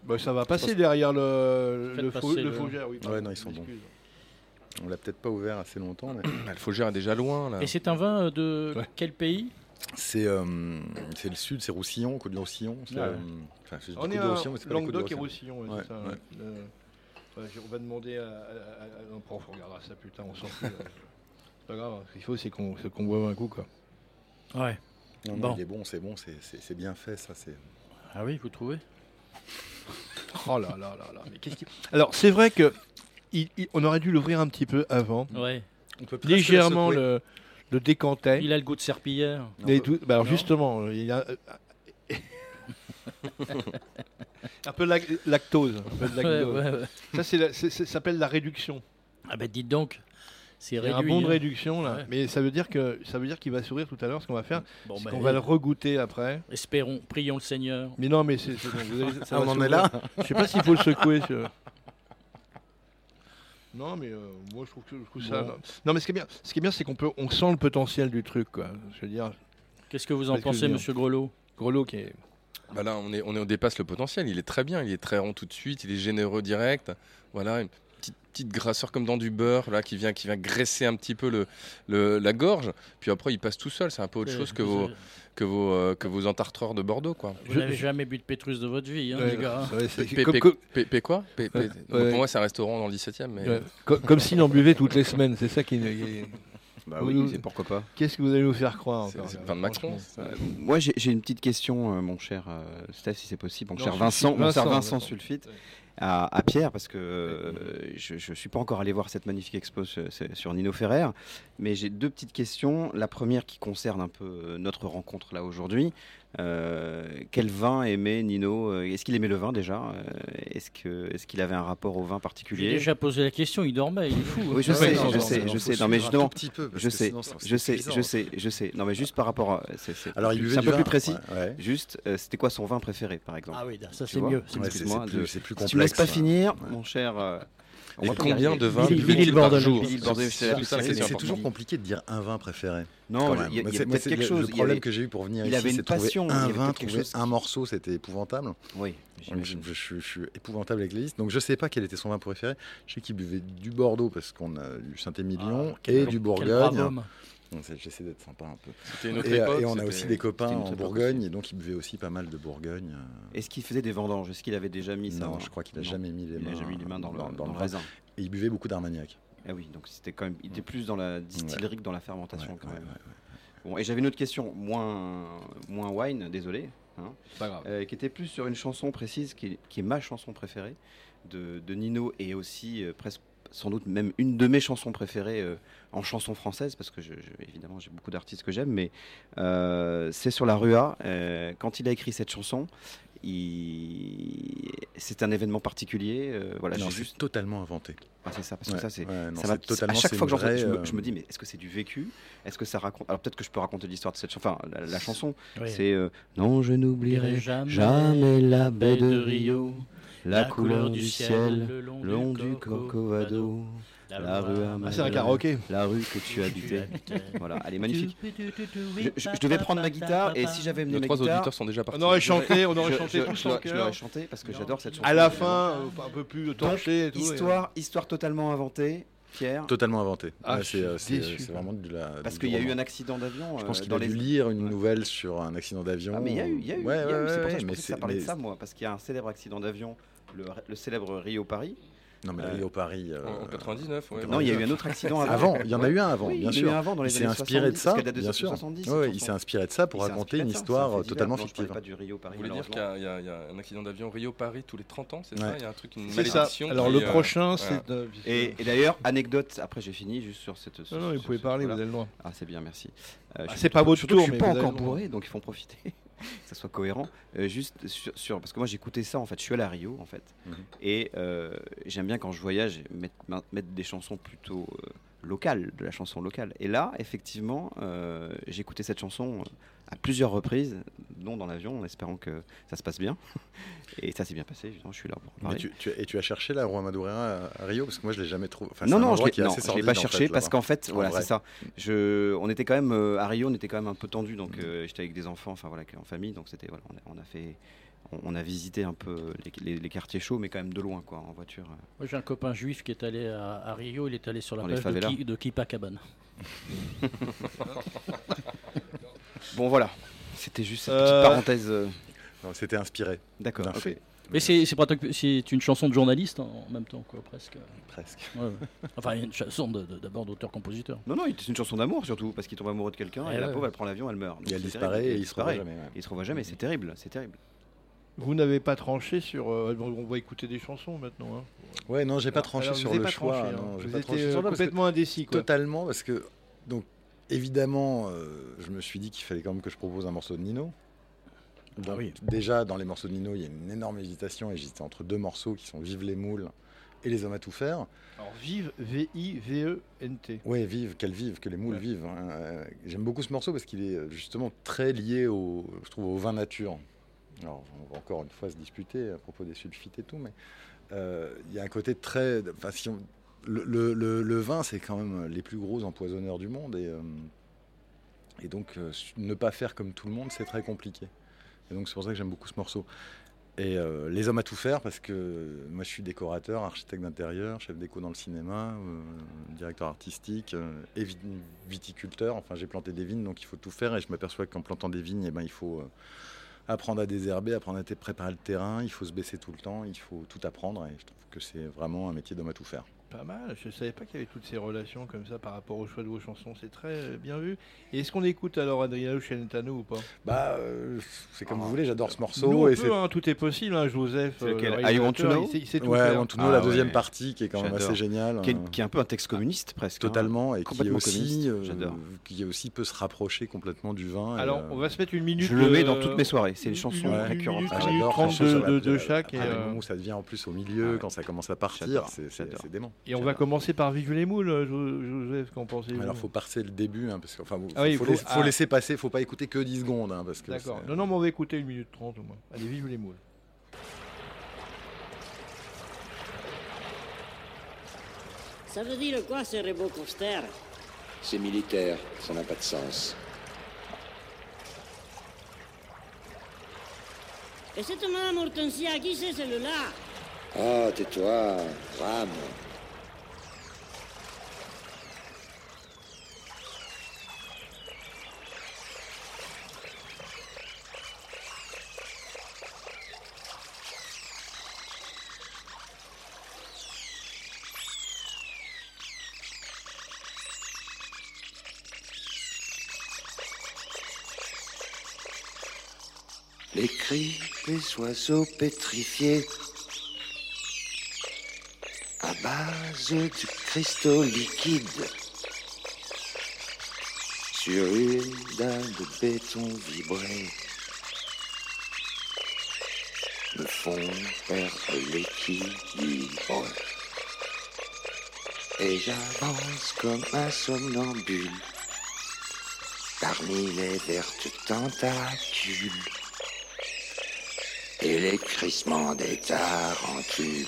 Bah, ça va passer derrière le, Faites Euh, le, faux- passer le le- fougère, oui. pardon, Ouais, non, ils sont bons. excuse. On l'a peut-être pas ouvert assez longtemps, mais Ah, Le Faugère est déjà loin là. Et c'est un vin euh, de Ouais. quel pays c'est euh, c'est le sud, c'est Roussillon, Côte de Roussillon. c'est, Ah, Ouais. euh, enfin, je dis On Côte est de à Roussillon, mais c'est pas les Côtes de Languedoc et Roussillon. Roussillon, ouais, Ouais, c'est ça. ouais. Euh, ouais, je- on va demander à, à- à- à un prof, on regardera ça plus tard, on s'en fout. euh, c'est pas grave, hein. ce qu'il faut c'est qu'on c'est qu'on boive un coup quoi. Ouais. Non, non, Bon. il est bon, c'est bon, c'est- c'est c'est bien fait, ça. C'est Ah oui, vous trouvez Oh là là là là, mais qu'est-ce qui... Alors c'est vrai que il- il- on aurait dû l'ouvrir un petit peu avant, Ouais. On peut presque légèrement secouer. le, le décanter. Il a le goût de serpillière. Non, Et on peut- tout- bah alors Non. justement, il a un peu lac- lactose. un peu de Ouais, lactose. ouais, ouais. Ça, c'est la- c'est- c'est- ça s'appelle la réduction. Ah ben dites donc, c'est Il y a un réduit. bond de hein. réduction là. Ouais. Mais ça veut dire que ça veut dire qu'il va sourire tout à l'heure. Ce qu'on va faire, Bon, c'est ben, qu'on va le regoûter après. Espérons, prions le Seigneur. Mais non, mais c'est. c'est bon, vous allez- ça Ah, va on en s'ouvrir. est là Je sais pas s'il faut le secouer. ce- Non, mais euh, moi je trouve que je trouve ça. Bon. Non, mais ce qui est bien, ce qui est bien, c'est qu'on peut, on sent le potentiel du truc, quoi. Je veux dire, Qu'est-ce que vous en Parce que je pensez, viens. monsieur Grelot Grelot qui est. Bah là, on, est, on, est, on dépasse le potentiel. Il est très bien, il est très rond tout de suite, il est généreux direct. Voilà, une petite, petite grasseur comme dans du beurre, là, qui vient, qui vient graisser un petit peu le, le- la gorge. Puis après, il passe tout seul. C'est un peu autre chose que vos, Vous, que vos, euh, que vos entartreurs de Bordeaux, quoi. vous n'avez jamais bu de pétrus de votre vie, hein, Ouais, les gars. hein. ouais, c'est- P- comme- P- comme- P- P- quoi P- P- Ouais. Bon, Ouais. Pour moi, c'est un restaurant dans le 17 e mais ouais, co- Comme s'il en buvait toutes les semaines, c'est ça qui. qui- Bah oui, oui, c'est- pourquoi pas. Qu'est-ce que vous allez nous faire croire c'est encore, c'est là, le pain de Macron. euh, Euh, franchement Moi, j'ai j'ai une petite question, euh, mon cher euh, Steph, si c'est possible, mon Non, cher Sulfite. Vincent, mon cher Vincent, Vincent Vincent. Sulfite, Ouais. à, à Pierre, parce que euh, je ne suis pas encore allé voir cette magnifique expo sur, c'est- sur Nino Ferrer, mais j'ai deux petites questions. La première qui concerne un peu euh, notre rencontre là aujourd'hui. Euh, quel vin aimait Nino euh, Est-ce qu'il aimait le vin déjà Euh, Est-ce que- est-ce qu'il avait un rapport au vin J'ai particulier déjà posé la question, il dormait, il est fou. hein. Oui, je Ouais, sais, non, je non, sais, non, je faut sais. Non, mais justement, je sais, je sais, je sais. sais, je sais. Non, mais juste par rapport à. c'est- c'est- Alors, il c'est buvait un du peu vin. plus précis. Ouais, ouais. Juste, euh, c'était quoi son vin préféré, par exemple Ah oui, ça Tu c'est vois mieux. c'est Ouais, mieux. c'est- Excuse-moi c'est de- plus, c'est plus Si complexe. tu me laisses pas ouais. finir, mon cher. euh, on Et va pas y combien arriver. de vins Billy- buvait-il Billy par Bordel. jour Billy Bordel, c'est C'est la tout ça, plus- c'est Mais c'est important. toujours compliqué de dire un vin préféré. Non, quand il y a- même. il y a, Moi, c'est- moi, peut-être c'est quelque le- chose. Le il y avait- problème que j'ai eu pour venir il ici, avait une c'est de trouver passion, il y un avait vin, peut-être quelque trouver chose un qui- morceau, c'était épouvantable. Oui, Donc, Je, j'imagine. je- je- je suis épouvantable avec les listes. Donc je sais pas quel était son vin préféré. Je sais qu'il buvait du Bordeaux parce qu'on a du Saint-Émilion Ah, quel- et du quel brave Bourgogne. homme. Bon, c'est- J'essaie d'être sympa un peu. C'était une autre Et, euh, époque. et on a c'était- aussi des copains c'était une en autre époque Bourgogne aussi. et donc il buvait aussi pas mal de Bourgogne. Est-ce qu'il faisait des vendanges Est-ce qu'il avait déjà mis ça non, je crois qu'il a jamais mis les Il mains. a jamais mis les mains dans le, dans, dans le vin. raisin. Et il buvait beaucoup d'armagnac. Ah oui, donc c'était quand même. Il était plus dans la distillerie que dans la fermentation Ouais, quand ouais, même. ouais, Bon, et j'avais une autre question, moins moins wine, désolé. hein. Pas grave. Euh, qui était plus sur une chanson précise qui est, qui est ma chanson préférée de, de Nino et aussi euh, presque sans doute même une de mes chansons préférées euh, en chanson française parce que je, je- évidemment j'ai beaucoup d'artistes que j'aime mais euh, c'est sur la Rua Euh, quand il a écrit cette chanson il... c'est un événement particulier euh, voilà Non, j'ai c'est juste totalement inventé. Ah, c'est ça parce que Ouais, ça c'est ouais, non, ça c'est m'a- totalement- à chaque c'est fois que une j'entends, je, vraie, me- je me euh, dis mais est-ce que c'est du vécu Est-ce que ça raconte Alors peut-être que je peux raconter l'histoire de cette chanson. Enfin, la, la chanson, Oui. c'est euh, non, je n'oublierai Oublierai jamais jamais la Baie baie de Rio, la couleur du ciel, le long, le long du Corcovado, la rue à Ah, ma c'est un gueule, karaoké. la rue que tu habitais. Voilà, elle est magnifique. Je, je- je devais prendre ma guitare et si j'avais Nos amené ma trois guitare, auditeurs sont déjà On partis. aurait chanté, on aurait je- chanté je- tout je son l'aurais- je l'aurais cœur. chanté parce que j'adore cette chanson. À la évidemment. fin, euh, un peu plus torché et tout. et- histoire, histoire totalement inventée, Pierre. Totalement inventé. Ah, Ouais, je c'est euh, suis c'est- déçu, c'est quoi. vraiment de la. Parce du qu'il y a roman. eu un accident d'avion Je euh, pense qu'il dans a les dû lire une nouvelle sur un accident d'avion. Ah mais il y a eu, il y a eu, Ouais, il y a eu, ouais, c'est pour ça ouais, que je mais pensais que ça c'est- parlait de mais- ça moi, parce qu'il y a un célèbre accident d'avion, le, le célèbre Rio-Paris. Non, mais là, Euh, il est au Paris. euh, En en 99, ouais. Non, il y a eu un autre accident avant. Avant, il y en a eu un avant, Oui, il y en bien a eu sûr. un avant dans les Il s'est années inspiré de 70, ça, parce qu'elle date de bien sûr. 70, cette Ouais, ouais, il chanson. s'est inspiré de ça pour Il s'est raconter inspiré une de ça, c'est un histoire euh, fait divers. totalement Non, je parlais fictive. pas du Rio-Paris, Vous voulez dire qu'il y, malheureusement. a- il y a il y a un accident d'avion Rio-Paris tous les 30 ans, c'est Ouais. ça Il y a un truc, une C'est ça. malédiction. Alors qui, le euh, prochain, voilà. c'est. euh, Et, et d'ailleurs, anecdote, après j'ai fini juste sur cette. Non, non, vous pouvez parler, vous avez le droit. Ah, c'est bien, merci. Euh, Ah, je- c'est pas votre surtout que tour, Je mais suis pas vous avez encore le droit. bourré, donc il faut en profiter. que ça soit cohérent. Euh, juste sur, sur- parce que moi j'écoutais ça en fait. Je suis allé à Rio en fait, Mhm. et euh, j'aime bien quand je voyage mettre, ma- mettre des chansons plutôt euh, locales, de la chanson locale. Et là, effectivement, euh, j'ai écouté cette chanson euh, à plusieurs reprises, dont dans l'avion, en espérant que ça se passe bien. et ça s'est bien passé. évidemment, Je suis là pour en Mais parler. tu, tu- et tu as cherché la Roi Madureira à Rio parce que moi je l'ai jamais trouvé. Enfin, non, c'est un non, je endroit l'ai- qui est non, assez je l'ai sordide, pas en cherché fait, parce là-bas. qu'en fait, En voilà, vrai. c'est ça. Je, on était quand même euh, à Rio, on était quand même un peu tendu, donc euh, j'étais avec des enfants, enfin voilà, en famille, donc c'était voilà, on a, on a fait, on, on a visité un peu les, les- les quartiers chauds, mais quand même de loin, quoi, en voiture. Moi, j'ai un copain juif qui est allé à, à Rio, il est allé sur la Dans les plage de, favelas. Ki- de Copacabana. Bon, voilà, c'était juste cette Euh, petite parenthèse. euh, Non, C'était inspiré D'accord. d'un ok. fait, Mais c'est c'est pratique- c'est une chanson de journaliste hein, en en même temps, quoi, presque. presque. Ouais, ouais. Enfin, une chanson de- de- d'abord d'auteur-compositeur. Non, non, c'est une chanson d'amour surtout parce qu'il tombe amoureux de quelqu'un et, Ouais, la ouais. pauvre, elle prend l'avion, elle meurt. Donc Et elle c'est disparaît terrible, et il se revoit disparaît. jamais. ouais. Il se revoit jamais, c'est terrible, c'est terrible. Vous n'avez pas tranché sur. euh, bon, on va écouter des chansons maintenant. hein. Ouais, non, j'ai pas Alors, tranché alors, sur vous avez le pas choix. tranché, hein. non, j'ai vous pas tranché étiez sur euh, le choix, parce que- complètement indécis. Quoi. Totalement, parce que, donc, évidemment, euh, je me suis dit qu'il fallait quand même que je propose un morceau de Nino. Ah Donc, Déjà, dans les morceaux de Nino, il y a une énorme hésitation, et j'étais entre deux morceaux qui sont Vive les moules et et les hommes à tout faire. Alors, vive, V-I-V-E-N-T. Ouais, vive, qu'elle vive, que les moules Ouais. vivent. hein. Euh, J'aime beaucoup ce morceau parce qu'il est euh, justement très lié au, je trouve, au vin nature. Alors, on va encore une fois se disputer à propos des sulfites et tout, mais euh, il y a un côté très. Enfin, si on- le, le- le- le vin, c'est quand même les plus gros empoisonneurs du monde et, euh, et donc euh, ne pas faire comme tout le monde, c'est très compliqué. Et donc, c'est pour ça que j'aime beaucoup ce morceau. Et euh, les hommes à tout faire, parce que euh, moi je suis décorateur, architecte d'intérieur, chef déco dans le cinéma, euh, directeur artistique euh, et vit- viticulteur. Enfin, j'ai planté des vignes, donc il faut tout faire. Et je m'aperçois qu'en plantant des vignes, eh ben, il faut euh, apprendre à désherber, apprendre à t- préparer le terrain, il faut se baisser tout le temps, il faut tout apprendre. Et je trouve que c'est vraiment un métier d'homme à tout faire. Pas mal, je savais pas qu'il y avait toutes ces relations comme ça par rapport au choix de vos chansons, c'est très euh, bien vu. Et est-ce qu'on écoute alors Adriano Celentano ou pas Bah, euh, c'est comme Ah, vous voulez, j'adore ce Nous, on morceau. et peut, c'est hein, tout est possible, hein, Joseph. C'est lequel le I want to réalisateur, know il sait- il sait tout Ouais, faire. One to Know, Ah la ouais. deuxième partie qui est quand même J'adore. assez géniale. qui, hein. est, qui est un peu un texte communiste presque. hein. Totalement, et qui est Complètement aussi, communiste, euh, j'adore. qui est aussi peut se rapprocher complètement du vin. et, Alors, euh, on va se mettre une minute. Je le mets dans euh, toutes mes soirées. C'est les une chansons ouais. récurrentes. minute, Ah, Ah, une minute j'adore trente quand ça de- sur la- de- de chaque et, après, le euh, moment où ça devient en plus au milieu, Ah ouais. quand ça commence à partir, J'adore, c'est- c'est j'adore. c'est dément. Et on va commencer par Vive les moules, euh, Jo- Joseph, qu'en pensez-vous Alors, faut passer le début, hein, parce que enfin, vous- Ah oui, faut, faut- laisser, faut ah. laisser passer, faut pas écouter que 10 secondes, hein, parce que. D'accord. c'est- Non, non, mais on va écouter une minute trente au moins. Allez, Vive les moules. Ça veut dire quoi ce rebot costère C'est militaire, ça n'a pas de sens. Et cette madame Hortensia, qui c'est celle-là Ah, tais-toi, rame. Les cris des oiseaux pétrifiés à base de cristaux liquides sur une dalle de béton vibrée me font perdre l'équilibre et j'avance comme un somnambule parmi les vertes tentacules et les crissements des tarentules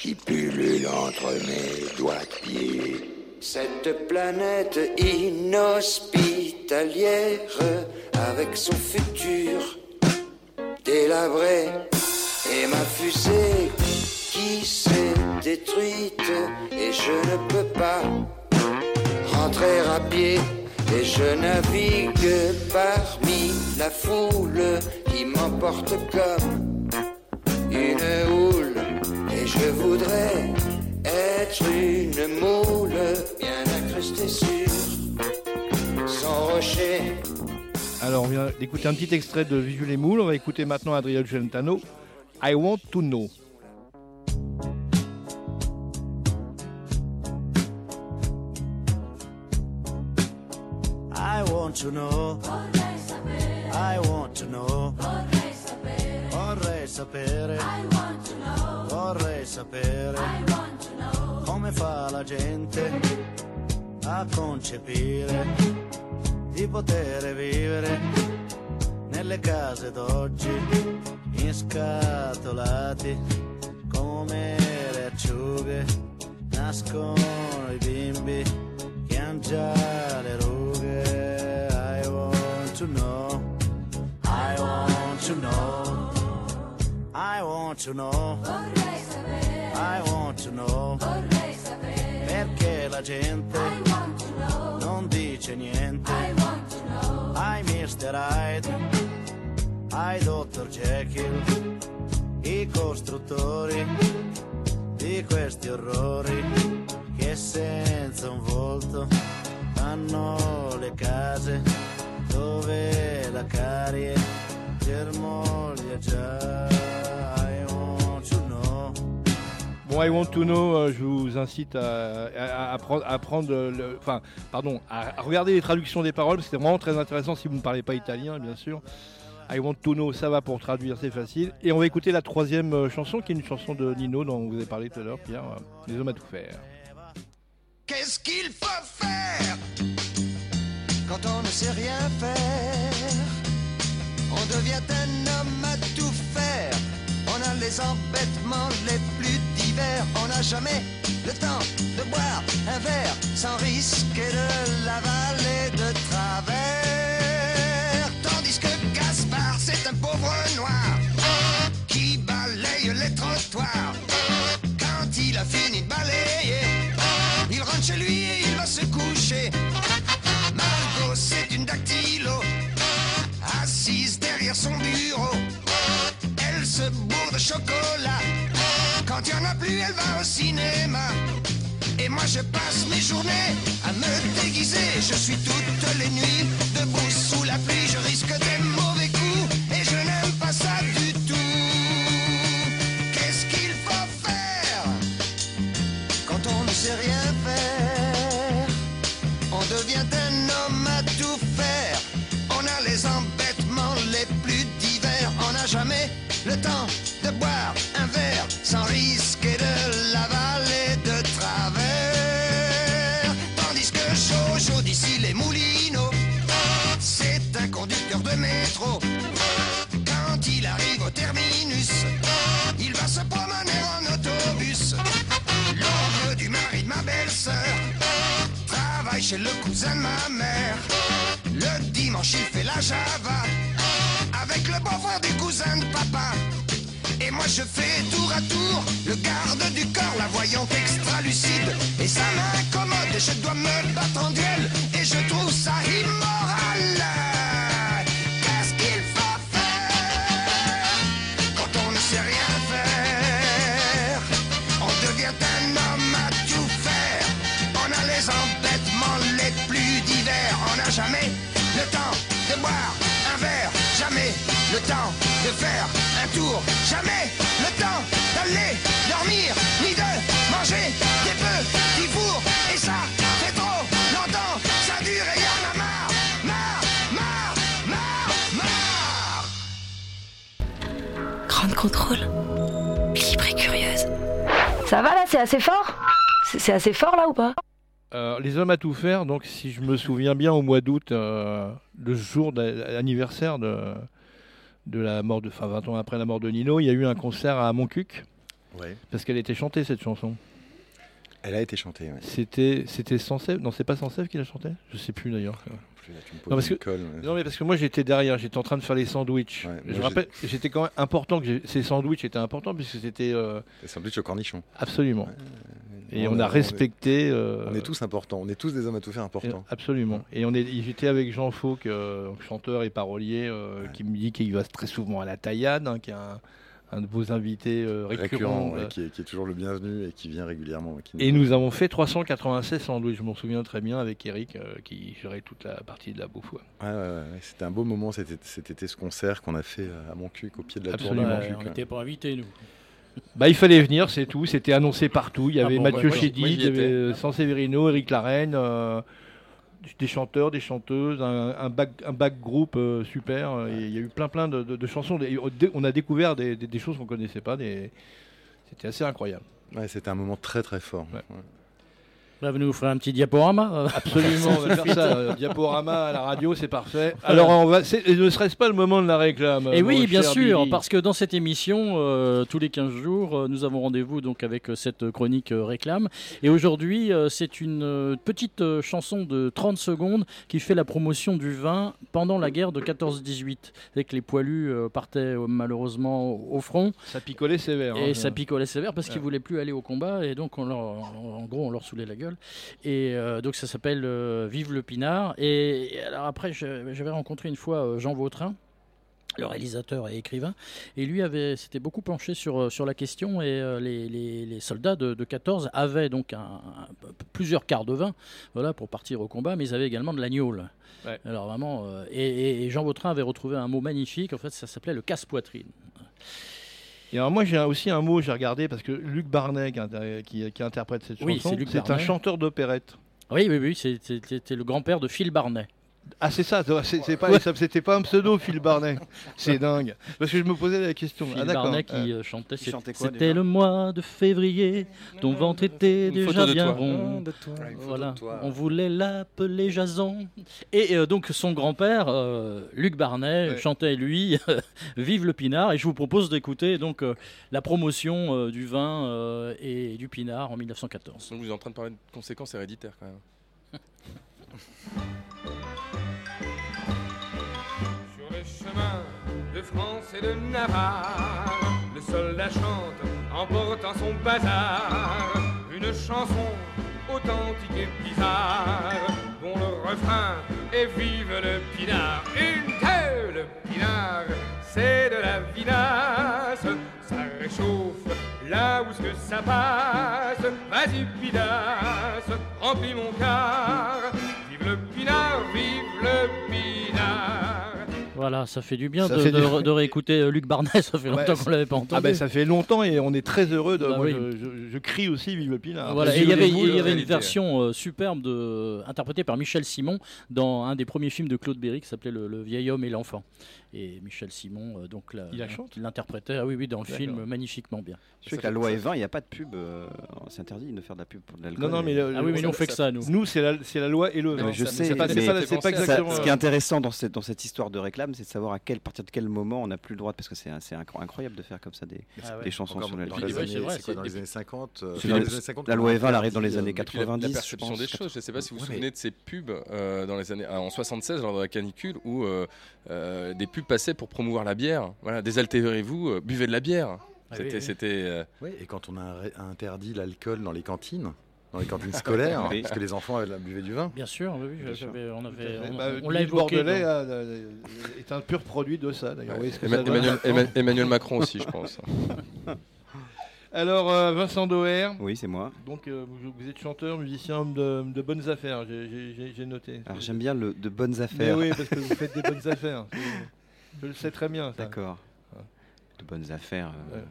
qui pullule entre mes doigts de pied. Cette planète inhospitalière, avec son futur délabré, et ma fusée qui s'est détruite, et je ne peux pas rentrer à pied. Et je navigue parmi la foule qui m'emporte comme une houle et je voudrais être une moule bien incrustée sur son rocher. Alors, on vient d'écouter un petit extrait de Vive les moules. On va écouter maintenant Adriano Celentano. I want to know. I want to know. I want to know. Vorrei sapere. Vorrei sapere. Come fa la gente a concepire di poter vivere nelle case d'oggi inscatolati come le acciughe nascono i bimbi che han già le rughe I want to know I want to know I want to know I want to know perché la gente non dice niente I Mr. Hyde ai Dr. Jekyll i costruttori di questi orrori che senza un volto hanno le case dove la carie germoglia già I want to know Bon, I want to know, euh, je vous incite à, à- à prendre, à prendre euh, le, enfin, pardon, à à regarder les traductions des paroles, parce que c'est vraiment très intéressant si vous ne parlez pas italien, bien sûr. I Want to Know, ça va pour traduire, c'est facile. Et on va écouter la troisième euh, chanson, qui est une chanson de Nino dont vous avez parlé tout à l'heure, Pierre, euh, Les hommes à tout faire. Qu'est-ce qu'il faut faire quand on ne sait rien faire On devient un homme à tout faire. On a les embêtements les plus divers. On n'a jamais le temps de boire un verre sans risquer de l'avaler de travers. Tandis que Gaspard, c'est un pauvre noir qui balaye les trottoirs. Quand il a fini de balayer, il rentre chez lui et il va se coucher. Margot, c'est une dactylo, assise derrière son bureau. Elle se bourre de chocolat. Quand il n'y en a plus, elle va au cinéma. Et moi, je passe mes journées à me déguiser. Je suis toutes les nuits debout sous la pluie. Je risque des mauvais coups et je n'aime pas ça du tout. Qu'est-ce qu'il faut faire quand on ne sait rien faire On devient un homme à tout faire. On a les embêtements les plus divers. On n'a jamais le temps de boire un verre sans risquer de l'avaler de travers. Tandis que Jojo d'ici les moulineaux, c'est un conducteur de métro. Quand il arrive au terminus, il va se promener en autobus. L'oncle du mari de ma belle-sœur travaille chez le cousin de ma mère. Le dimanche, il fait la java avec le beau-frère du cousin de papa. Et moi je fais tour à tour le garde du corps, la voyante extra lucide. Et ça m'incommode, je dois me battre en duel. Et je trouve ça immoral. Qu'est-ce qu'il faut faire quand on ne sait rien faire On devient un homme à tout faire. On a les embêtements les plus divers. On n'a jamais le temps de boire un verre. Jamais le temps de faire un tour. Jamais le temps d'aller dormir. Ni de manger des petits fours. Et ça fait trop longtemps. Ça dure et y en a marre. Marre, marre, marre, marre. Grande contrôle. Libre et curieuse. Ça va là, c'est assez fort C'est- C'est assez fort là ou pas Euh, les hommes à tout faire, donc si je me souviens bien, au mois d'août, euh, le jour d'a- anniversaire de, de la mort de, enfin 20 ans après la mort de Nino, il y a eu un concert à Montcuq. Ouais. Parce qu'elle était chantée cette chanson. Elle a été chantée, ouais. C'était c'était Sansev, non c'est pas Sansev qui la chantait, je sais plus d'ailleurs. plus, là, tu me poses Non, parce que, une colle, ouais. non mais parce que moi j'étais derrière, j'étais en train de faire les sandwichs. je j'ai- rappelle, j'étais quand même important que j'ai- ces sandwichs étaient importants puisque c'était euh, Les sandwichs au cornichon. absolument. Et On on, a- a, on est- respecté. euh, On est tous importants, on est tous des hommes à tout faire importants. Absolument. Et on est, j'étais avec Jean Fauque, euh, chanteur et parolier, euh, qui me dit qu'il va très souvent à la taillade, hein, qui est un, un de vos invités euh, récurrents. Récurrent, ouais, euh. qui, est, qui est toujours le bienvenu et qui vient régulièrement. ouais, qui Et nous avons fait 396 sandwichs, je m'en souviens très bien, avec Eric, euh, qui gérait toute la partie de la bouffe. ouais. Ouais, ouais, ouais, ouais, C'était un beau moment cet été, cet été, ce concert qu'on a fait euh, à Montcuq, au pied de la Absolument. tour de Ouais, Montcuq, on ouais. était pas invités, nous. Bah, il fallait venir, c'est tout. C'était annoncé partout. Il y Ah avait bon, Mathieu bah, moi, Chédid, moi, j'y il y avait étais. euh, Sanseverino, Eric Larraine, euh, des chanteurs, des chanteuses, un, un back, un back group euh, super. euh, et Il y a eu plein plein de, de- de chansons. Et on dé- On a découvert des, des- des choses qu'on connaissait pas. Des... C'était assez incroyable. Ouais, C'était un moment très très fort. ouais. Là, vous nous ferez un petit diaporama. Absolument, on va faire ça. euh, diaporama à la radio, c'est parfait. Alors, on va. c'est- euh, Ne serait-ce pas le moment de la réclame Et euh, mon Eh oui, bien cher sûr, Billy parce que dans cette émission, euh, tous les 15 jours, euh, nous avons rendez-vous donc avec euh, cette chronique euh, réclame. Et aujourd'hui, euh, c'est une euh, petite euh, chanson de 30 secondes qui fait la promotion du vin pendant la guerre de 14-18. C'est que les poilus euh, partaient euh, malheureusement au au front. Ça picolait sévère. Et hein. ça picolait sévère parce qu'ils Ouais. voulaient plus aller au combat et donc on leur, en en gros on leur saoulait la gueule. Et euh, donc ça s'appelle euh, Vive le Pinard. Et alors après je- j'avais rencontré une fois euh, Jean Vautrin. Le réalisateur et écrivain, et lui avait s'était beaucoup penché sur euh, sur la question et euh, les, les- les soldats de, de 14 avaient donc un- un- plusieurs quarts de vin, voilà pour partir au combat, mais ils avaient également de l'agneau. Ouais. Alors vraiment, euh, et, et- et Jean Vautrin avait retrouvé un mot magnifique, en fait ça s'appelait le casse-poitrine. Et alors moi j'ai un- aussi un mot, j'ai regardé parce que Luc Barnet qui, inter- qui- qui interprète cette Oui, chanson, c'est Luc c'est un Barnet. chanteur d'opérette. Oui, oui, oui, c'est- c'était le grand-père de Phil Barnet. Ah, c'est ça, donc, c'est- c'est pas, ça- c'était pas un pseudo, Phil Barnet. C'est dingue. Parce que je me posais la question. Phil ah, d'accord. Barnet qui Euh, euh, chantait. qui chantait quoi, C'était déjà le mois de février, ton ventre était Une déjà photo de bien toi. rond. Ah, de toi. Ouais, une photo voilà. de toi. On voulait l'appeler Jason. Et euh, donc son grand-père, euh, Luc Barnet, Ouais. chantait lui Vive le pinard. Et je vous propose d'écouter donc euh, la promotion euh, du vin euh, et du pinard en 1914. Donc vous êtes en train de parler de conséquences héréditaires quand même. Sur les chemins de France et de Navarre, le soldat chante en portant son bazar. Une chanson authentique et bizarre, dont le refrain est Vive le pinard. Une gueule, le pinard, c'est de la vinasse. Ça réchauffe là où ce que ça passe. Vas-y, pinasse, remplis mon car. Vive le pinard, vive le pinard. Voilà, ça fait du bien Ça de, fait de- du- re- de réécouter euh, Luc Barnet. Ça fait Ouais, longtemps qu'on l'avait pas entendu. Ah ben ça fait longtemps et on est très heureux de. Bah moi, oui. je, je- je crie aussi Vive le Pinard. Voilà, Parce et il y que avait, vous, il y euh, avait une réalité. version euh, superbe de, interprétée par Michel Simon dans un des premiers films de Claude Berry qui s'appelait le, Le vieil homme et l'enfant. Et Michel Simon, euh, donc, la- Il la chante l'interprétait, ah oui, oui, dans le D'accord. film euh, magnifiquement bien. Je sais que la loi est 20, il n'y a pas de pub. euh, c'est interdit de faire de la pub pour de l'alcool. Non, non, mais. le- Ah oui, mais nous, on fait que ça, nous. Nous, c'est la, c'est la loi et le Non, vin. mais je Ça- sais, C'est pas, c'est mais pas la- c'est pas ça- exactement. euh, ce qui est intéressant dans cette, dans cette histoire de réclame, c'est de savoir à quelle partir de quel moment on n'a plus le droit, parce que c'est un- c'est incro- incroyable de faire comme ça des, Ah ouais. des chansons Encore sur dans les l'alcool. années- Ouais, c'est vrai, c'est quoi, c'est- dans les années 50, euh, C'est dans dans les les- années 50, La loi Eva elle arrive dans les euh, années et puis la- Puis la- 90, la je perception pense. des choses. Je ne sais pas si vous vous Ouais, mais- souvenez de ces pubs euh, dans les années ah, en 76 lors de la canicule où euh, euh, des pubs passaient pour promouvoir la bière. Voilà, désaltérez-vous, euh, buvez de la bière. Ah C'était, oui, oui. c'était. euh, Ouais, et quand on a ré- interdit l'alcool dans les cantines, dans les cantines scolaires, Oui. parce que les enfants avaient- buvaient du vin. Bien sûr, oui, oui, Bien sûr. j'avais- on avait, on, Bah, on l'a Bill évoqué. Bordelais euh, dans- a- a- est un pur produit de ça, d'ailleurs. Vous voyez ce que ça Emma- donne, Emmanuel, maintenant Emma- Emmanuel Macron aussi, je pense. Alors, euh, Vincent Doer. Oui, c'est moi. Donc, euh, vous, vous êtes chanteur, musicien, homme de, de bonnes affaires, j'ai- j'ai j'ai- j'ai noté. Alors j'aime bien le de Ah, bonnes Mais affaires. oui, parce que vous faites des bonnes affaires. Je le sais très bien. ça. D'accord. De bonnes affaires. euh, Ouais.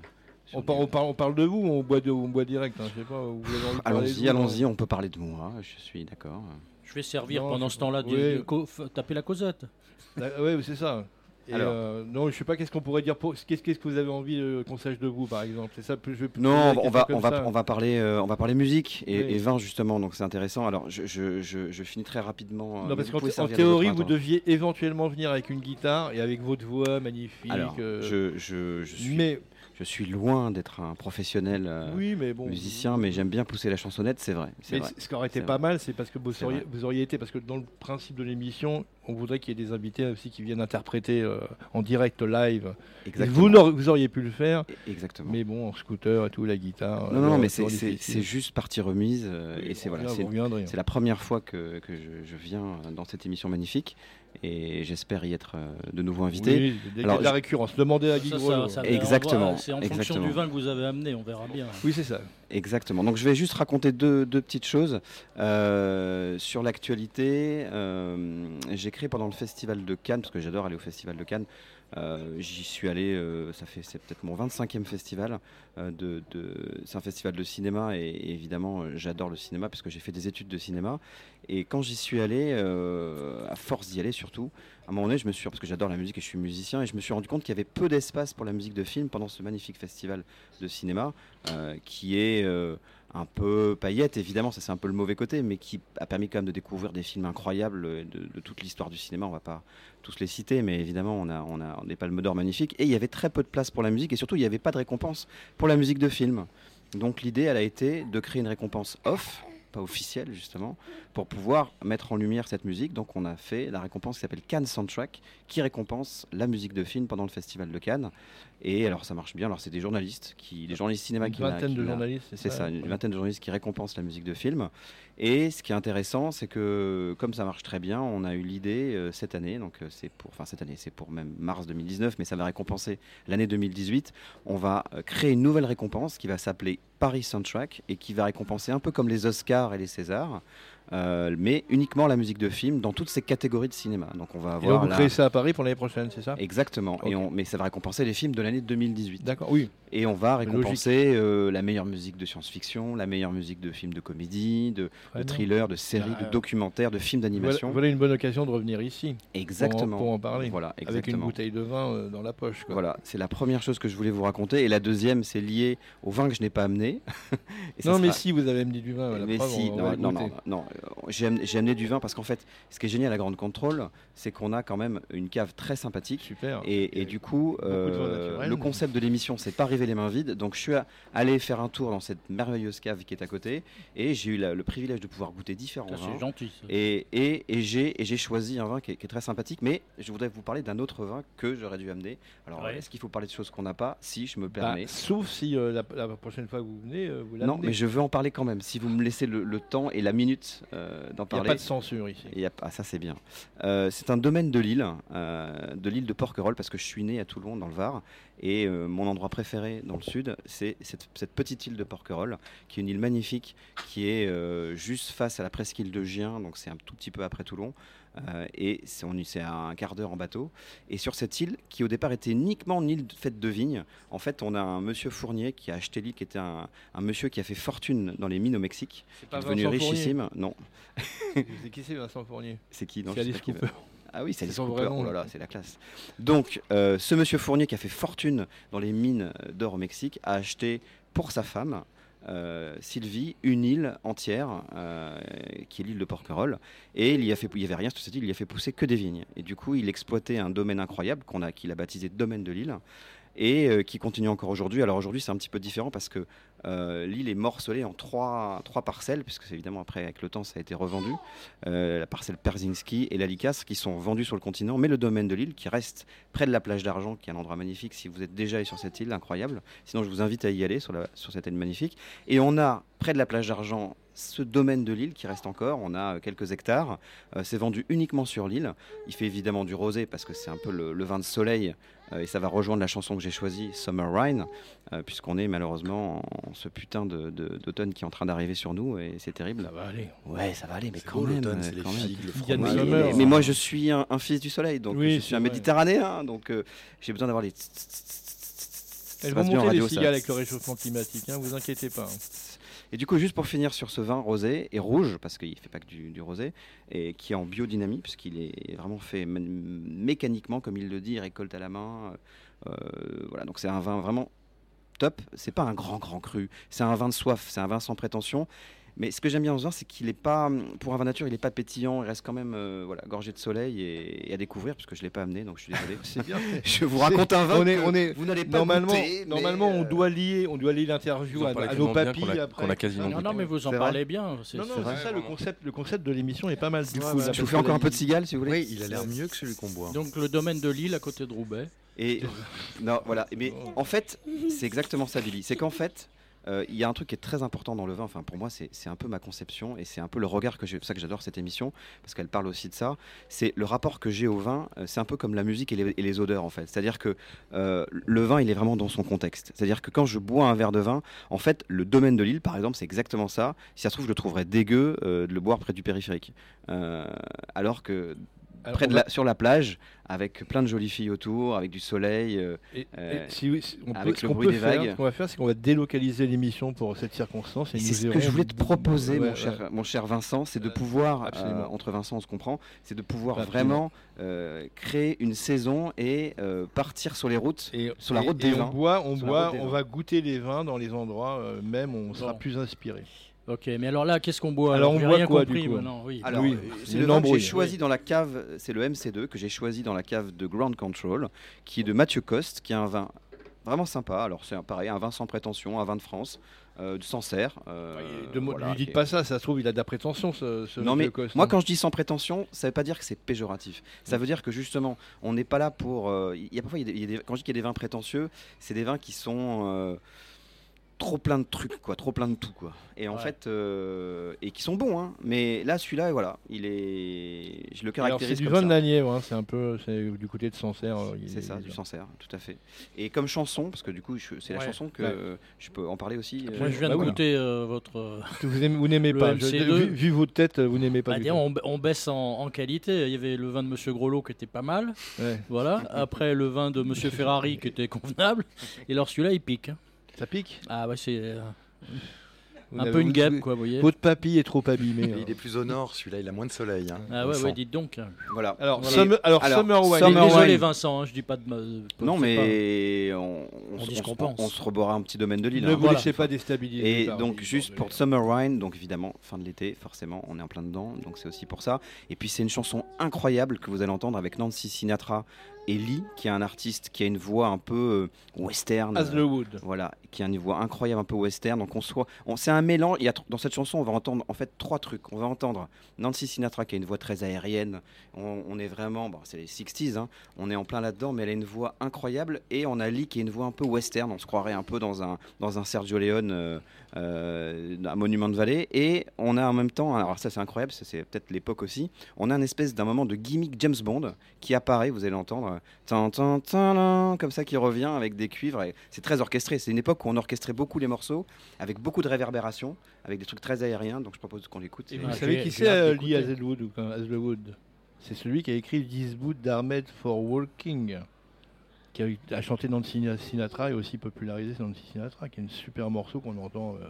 On, par- on parle, on parle de vous ou on boit, de- on boit direct hein, Je sais pas. vous avez envie de parler de vous, hein. Allons-y, euh. allons-y, on peut parler de moi, je suis d'accord. Je vais servir Non, pendant je- ce temps-là, du- oui. du co- f- taper la causette. Oui, c'est ça. Et, Alors. euh, non, je sais pas, qu'est-ce qu'on pourrait dire pour... qu'est-ce, qu'est-ce que vous avez envie euh, qu'on sache de vous, par exemple C'est ça, plus- je vais plus Non, poser on va, la on va, question on comme va, ça. on va parler, euh, on va parler musique et, Oui. et vin justement, donc c'est intéressant. Alors je, je, je, je finis très rapidement. euh, Non, mais parce vous qu'en pouvez en servir les théorie, autres vous vins, deviez éventuellement venir avec une guitare et avec votre voix magnifique. Alors, euh, je, je, je suis, mais- je suis loin d'être un professionnel euh, Oui, mais bon. musicien, mais j'aime bien pousser la chansonnette, c'est vrai. c'est Mais vrai, c- ce qui aurait été c'est pas vrai. mal, c'est parce que vous C'est auriez, vrai. vous auriez été, parce que dans le principe de l'émission, on voudrait qu'il y ait des invités aussi qui viennent interpréter euh, en direct live. Et Exactement. E-, Vous, n'aurez- vous auriez pu le faire. Exactement. Mais bon, en scooter et tout, la guitare. Non, euh, non, mais toujours c'est- c'est difficile. c'est juste partie remise. euh, Oui, et c'est on voilà, revient, c'est vous reviendrez. hein. c'est la première fois que, que je, je viens dans cette émission magnifique. Et j'espère y être euh, de nouveau invité. Oui, dès qu'il y a de la je- récurrence, demandez à Guy Ça, ça- Grelot. ça- on va- Exactement. C'est en fonction exactement. du vin que vous avez amené, on verra bien. Oui, c'est ça. Exactement. Donc je vais juste raconter deux, deux petites choses. Euh, sur l'actualité, euh, j'ai créé pendant le Festival de Cannes, parce que j'adore aller au Festival de Cannes, euh, j'y suis allé, euh, ça fait c'est peut-être mon 25e festival. euh, de, de- c'est un festival de cinéma et, et évidemment euh, j'adore le cinéma parce que j'ai fait des études de cinéma. Et quand j'y suis allé, euh, à force d'y aller surtout, à un moment donné, je me suis, parce que j'adore la musique et je suis musicien, et je me suis rendu compte qu'il y avait peu d'espace pour la musique de film pendant ce magnifique festival de cinéma, euh, qui est euh, un peu paillette, évidemment, ça c'est un peu le mauvais côté, mais qui a permis quand même de découvrir des films incroyables euh, de, de toute l'histoire du cinéma. On va pas tous les citer, mais évidemment, on a, on a des palmes d'or magnifiques, et il y avait très peu de place pour la musique, et surtout, il n'y avait pas de récompense pour la musique de film. Donc l'idée, elle a été de créer une récompense off, pas officielle justement, pour pouvoir mettre en lumière cette musique. Donc on a fait la récompense qui s'appelle Cannes Soundtrack, qui récompense la musique de film pendant le festival de Cannes. Et alors ça marche bien. Alors c'est des journalistes, qui, des journalistes cinéma Une qui la- vingtaine qui de la- journalistes, c'est c'est ça, hein ça, ouais. une vingtaine de journalistes qui récompensent la musique de film. Et ce qui est intéressant, c'est que comme ça marche très bien, on a eu l'idée euh, cette année, donc euh, c'est pour, enfin cette année, c'est pour même mars 2019, mais ça va récompenser l'année 2018. On va euh, créer une nouvelle récompense qui va s'appeler Paris Soundtrack et qui va récompenser un peu comme les Oscars et les Césars, euh, mais uniquement la musique de film dans toutes ces catégories de cinéma. Donc on va Et donc, avoir vous la- créez ça à Paris pour l'année prochaine, c'est ça Exactement. Et on- mais ça va récompenser les films de l'année 2018. D'accord, oui. Et on va Logique. récompenser euh, la meilleure musique de science-fiction, la meilleure musique de films de comédie, de, de Vraiment. thrillers, de séries, Bah, de documentaires, de films Voilà, d'animation. voilà une bonne occasion de revenir ici. pour en- Exactement. Pour en parler. Voilà, Avec une exactement. bouteille de vin euh, dans la poche. quoi. Voilà, c'est la première chose que je voulais vous raconter. Et la deuxième, c'est lié au vin que je n'ai pas amené. Et ça Non, mais sera- si, vous avez amené du vin. voilà, mais preuve, si, on- on non, va le non, goûter. non, non, euh, j'ai amené, j'ai amené du vin parce qu'en fait, ce qui est génial à Grande Contrôle, c'est qu'on a quand même une cave très sympathique. Super. Et, et du coup, de vin euh, naturel. le concept de l'émission, c'est pas arriver les mains vides. Donc, je suis a- allé faire un tour dans cette merveilleuse cave qui est à côté, et j'ai eu la- le privilège de pouvoir goûter différents Ça, c'est vins. gentil, ça. Et, et, et j'ai et j'ai choisi un vin qui est, qui est très sympathique, mais je voudrais vous parler d'un autre vin que j'aurais dû amener. Alors, Ouais. est-ce qu'il faut parler de choses qu'on n'a pas Si, je me Bah, permets. sauf si euh, la, la prochaine fois que vous venez, euh, vous l'amenez. Non, mais je veux en parler quand même. Si vous me laissez le, le temps et la minute euh, d'en Il n'y a parler. pas de censure ici. Il y a- ah, ça c'est bien. Euh, c'est un domaine de l'île, euh, de l'île de Porquerolles, parce que je suis né à Toulon, dans le Var, et euh, mon endroit préféré dans le sud, c'est cette, cette petite île de Porquerolles, qui est une île magnifique, qui est euh, juste face à la presqu'île de Gien, donc c'est un tout petit peu après Toulon, euh, et c'est, on y- c'est à un quart d'heure en bateau. Et sur cette île, qui au départ était uniquement une île de- faite de vignes, en fait, on a un monsieur Fournier qui a acheté l'île, qui était un, un monsieur qui a fait fortune dans les mines au Mexique, C'est qui pas est devenu Vincent Fournier richissime. Non. C'est qui c'est Vincent Fournier C'est qui Non, C'est je sais Alice pas qui Cooper. veut. Ah oui, c'est Alice son Cooper. vrai nom, Oh là là. là, c'est la classe. Donc, euh, ce monsieur Fournier qui a fait fortune dans les mines euh, d'or au Mexique a acheté pour sa femme. euh, Sylvie, une île entière euh, qui est l'île de Porquerolles et il y, a fait, il y avait rien sur cette île, il y a fait pousser que des vignes et du coup il exploitait un domaine incroyable qu'on a, qu'il a baptisé domaine de l'île et euh, qui continue encore aujourd'hui. Alors aujourd'hui, c'est un petit peu différent parce que euh, l'île est morcelée en trois, trois parcelles, puisque c'est évidemment après, avec le temps, ça a été revendu. Euh, la parcelle Perzinski et la Licasse qui sont vendues sur le continent, mais le domaine de l'île qui reste près de la plage d'Argent, qui est un endroit magnifique. Si vous êtes déjà allé sur cette île, incroyable. Sinon, je vous invite à y aller sur, la- sur cette île magnifique. Et on a près de la plage d'Argent ce domaine de l'île qui reste encore, on a euh, quelques hectares, Euh, c'est vendu uniquement sur l'île, il fait évidemment du rosé parce que c'est un peu le, le vin de soleil euh, et ça va rejoindre la chanson que j'ai choisie, Summer Rain, euh, puisqu'on est malheureusement en ce putain de- de- d'automne qui est en train d'arriver sur nous et c'est terrible. Ça va aller. Ouais, ça va aller, mais C'est quand beau, même. l'automne, euh, c'est les quand même. figues, le Il y a des fromage. mais, Summer. mais moi je suis un, un fils du soleil, donc Oui, je suis c'est un vrai. méditerranéen, donc euh, j'ai besoin d'avoir les. tss, tss, tss, Elles vont ça passe bien en monter les radio, ça. cigales avec le réchauffement climatique, hein, vous inquiétez pas. Et du coup, juste pour finir sur ce vin rosé et rouge, parce qu'il ne fait pas que du, du rosé, et qui est en biodynamie, puisqu'il est vraiment fait mé- mécaniquement, comme il le dit, récolte à la main. euh, euh, voilà, donc c'est un vin vraiment top. C'est pas un grand, grand cru. C'est un vin de soif, c'est un vin sans prétention. Mais ce que j'aime bien dans ce vin, c'est qu'il est pas, hum, pour un vin nature, il n'est pas pétillant, il reste quand même euh, voilà, gorgé de soleil et, et à découvrir, parce que je ne l'ai pas amené, donc je suis désolé. je vous raconte un vin. On est, que on est, vous n'allez pas normalement, goûter, mais, euh, normalement, on doit lier, on doit lier Vous l'interview en à, parlez à nos tellement bien papilles qu'on a- après. qu'on a quasiment Non, non, mais vous en C'est vrai. parlez bien. c'est- Non, non, c'est c'est vrai. ça le concept. Le concept de l'émission est pas mal du coup. ouais, là, je vous parce fais que encore là, un peu de il- cigale, si vous voulez. Oui, il a l'air mieux que celui qu'on boit. Donc le domaine de Lille à côté de Roubaix. Oh. Et non, voilà. Mais en fait, c'est exactement ça, Billy. C'est qu'en fait, euh, il y a un truc qui est très important dans le vin. Enfin, pour moi, c'est c'est un peu ma conception et c'est un peu le regard que j'ai. C'est pour ça que j'adore cette émission parce qu'elle parle aussi de ça. C'est le rapport que j'ai au vin. euh, C'est un peu comme la musique et les, et les odeurs, en fait. C'est-à-dire que euh, le vin, il est vraiment dans son contexte. C'est-à-dire que quand je bois un verre de vin, en fait, le domaine de l'île, par exemple, c'est exactement ça. Si ça se trouve, je le trouverais dégueu euh, de le boire près du périphérique. Euh, alors que Alors, près de on va- la- sur la plage, avec plein de jolies filles autour, avec du soleil. euh, Et- et euh, si oui, si- on peut, avec ce le qu'on bruit peut des faire, vagues. Ce qu'on va faire, c'est qu'on va délocaliser l'émission pour cette circonstance. et Et nous C'est ce que irons- je voulais te proposer, Ouais, mon, cher, ouais. mon cher Vincent, c'est de pouvoir, absolument. euh, entre Vincent, on se comprend, c'est de pouvoir Absolument. vraiment euh, créer une saison et euh, partir sur les routes, sur la Et- route et des vins. on boit, on Sur la boit, route des on vins. va goûter les vins dans les endroits euh, même. On sera Bon. plus inspiré. Ok, mais alors là, qu'est-ce qu'on boit Alors, on J'ai boit rien quoi, compris, du coup maintenant, oui. Alors, Oui, les euh, c'est le vin que j'ai lambrouilles. choisi dans la cave, c'est le MC2 que j'ai choisi dans la cave de Ground Control, qui est de Mathieu Coste, qui est un vin vraiment sympa. Alors c'est un- pareil, un vin sans prétention, un vin de France, euh, de Sancerre. euh, Ne voilà, lui qui dites est- pas ça. Ça se trouve, il a de la prétention. Ce, ce Non mais Monsieur Coste, moi hein. quand je dis sans prétention, ça veut pas dire que c'est péjoratif. Mm. Ça veut dire que justement, on n'est pas là pour. euh, Il y a parfois, il y a des- il y a des- quand je dis qu'il y a des vins prétentieux, c'est des vins qui sont euh, trop plein de trucs, quoi, trop plein de tout, quoi. Et en Ouais. fait, euh, et qui sont bons, hein. Mais là, celui-là, voilà, il est, je le Alors, caractérise C'est du comme vin ça. de l'Agnièvre, hein, c'est un peu c'est du côté de Sancerre. euh, il C'est est- ça, du Sancerre, tout à fait. Et comme chanson, parce que du coup, je- c'est la Ouais, chanson que ouais. euh, je peux en parler aussi. bah Moi, je viens de goûter euh, votre. euh, bah Que Vous aimez- vous n'aimez le pas. je- MC2. vu, vu votre tête, vous n'aimez pas. Bah, du d'ailleurs, tout. on, on baisse en, en qualité. Il y avait le vin de Monsieur Groslo qui était pas mal. Ouais. Voilà. Après, le vin de Monsieur Ferrari qui était convenable. Et alors, celui-là, il pique. hein. Ça pique Ah, ouais, c'est. euh, Vous un n'avez- peu une vous- guêpe, quoi, vous voyez. Votre papy est trop abîmé. Il est plus au nord, celui-là, il a moins de soleil. hein. Ah, On ouais, le ouais, sent. dites donc. Voilà. Alors, Et- Summer- alors, Summer Wine. Summer Désolé, Wine. Vincent, hein, je dis pas de. ma- euh, Non, je sais pas. mais on, on, On se- dit ce qu'on on se- pense. on se reboira un petit domaine de l'île. hein. Ne vous laissez pas déstabiliser Et par donc, les juste pour Summer Wine, donc évidemment, fin de l'été, forcément, on est en plein dedans, donc c'est aussi pour ça. Et puis, c'est une chanson incroyable que vous allez entendre avec Nancy Sinatra et Lee, qui est un artiste qui a une voix un peu euh, western. Hazelwood. Voilà, qui a une voix incroyable, un peu western. Donc, on soit. On, c'est un mélange. Il y a, tr- dans cette chanson, on va entendre en fait trois trucs. On va entendre Nancy Sinatra qui a une voix très aérienne. On, on est vraiment. Bon, c'est les 60s, hein. on est en plein là-dedans, mais elle a une voix incroyable. Et on a Lee qui a une voix un peu western. On se croirait un peu dans un, dans un Sergio Leone, euh, euh, un monument de vallée. Et on a en même temps. Alors, ça, c'est incroyable, ça, c'est peut-être l'époque aussi. On a un espèce d'un moment de gimmick James Bond qui apparaît, vous allez l'entendre. Tan, tan, tan, lan, comme ça, qui revient avec des cuivres. et C'est très orchestré. C'est une époque où on orchestrait beaucoup les morceaux, avec beaucoup de réverbération, avec des trucs très aériens. Donc je propose qu'on l'écoute. Et Eh Et- ben, vous savez qui c'est euh, Lee Hazelwood, ou, euh, Hazelwood C'est celui qui a écrit This Boot d'Armed for Walking, qui a, a chanté Nancy Sinatra et aussi popularisé Nancy Sinatra, qui est un super morceau qu'on entend euh,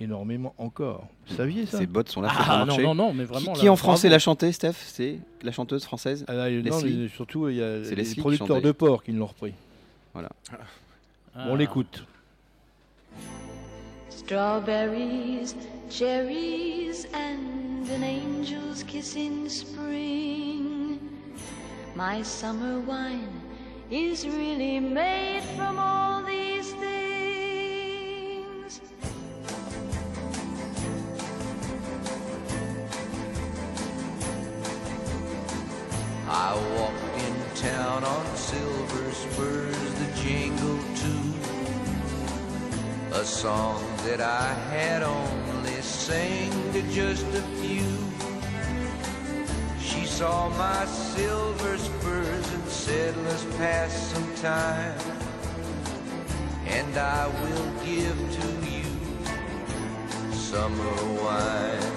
énormément encore. Vous saviez ça Ces bottes sont là, Ah, ça a non, marché. non, non, mais vraiment, Qui, là, qui en bravo. français l'a chanté, Steph C'est la chanteuse française Ah, là, non, Leslie mais surtout, il y a C'est les Leslie qui producteurs chantait. de porc qui l'ont repris. Voilà. Bon, Ah. on l'écoute. Strawberries, cherries, and an angel's kiss in spring. My summer wine is really made from all these things. I walked in town on silver spurs, the jingle too. A song that I had only sang to just a few. She saw my silver spurs and said, Let's pass some time. And I will give to you summer wine.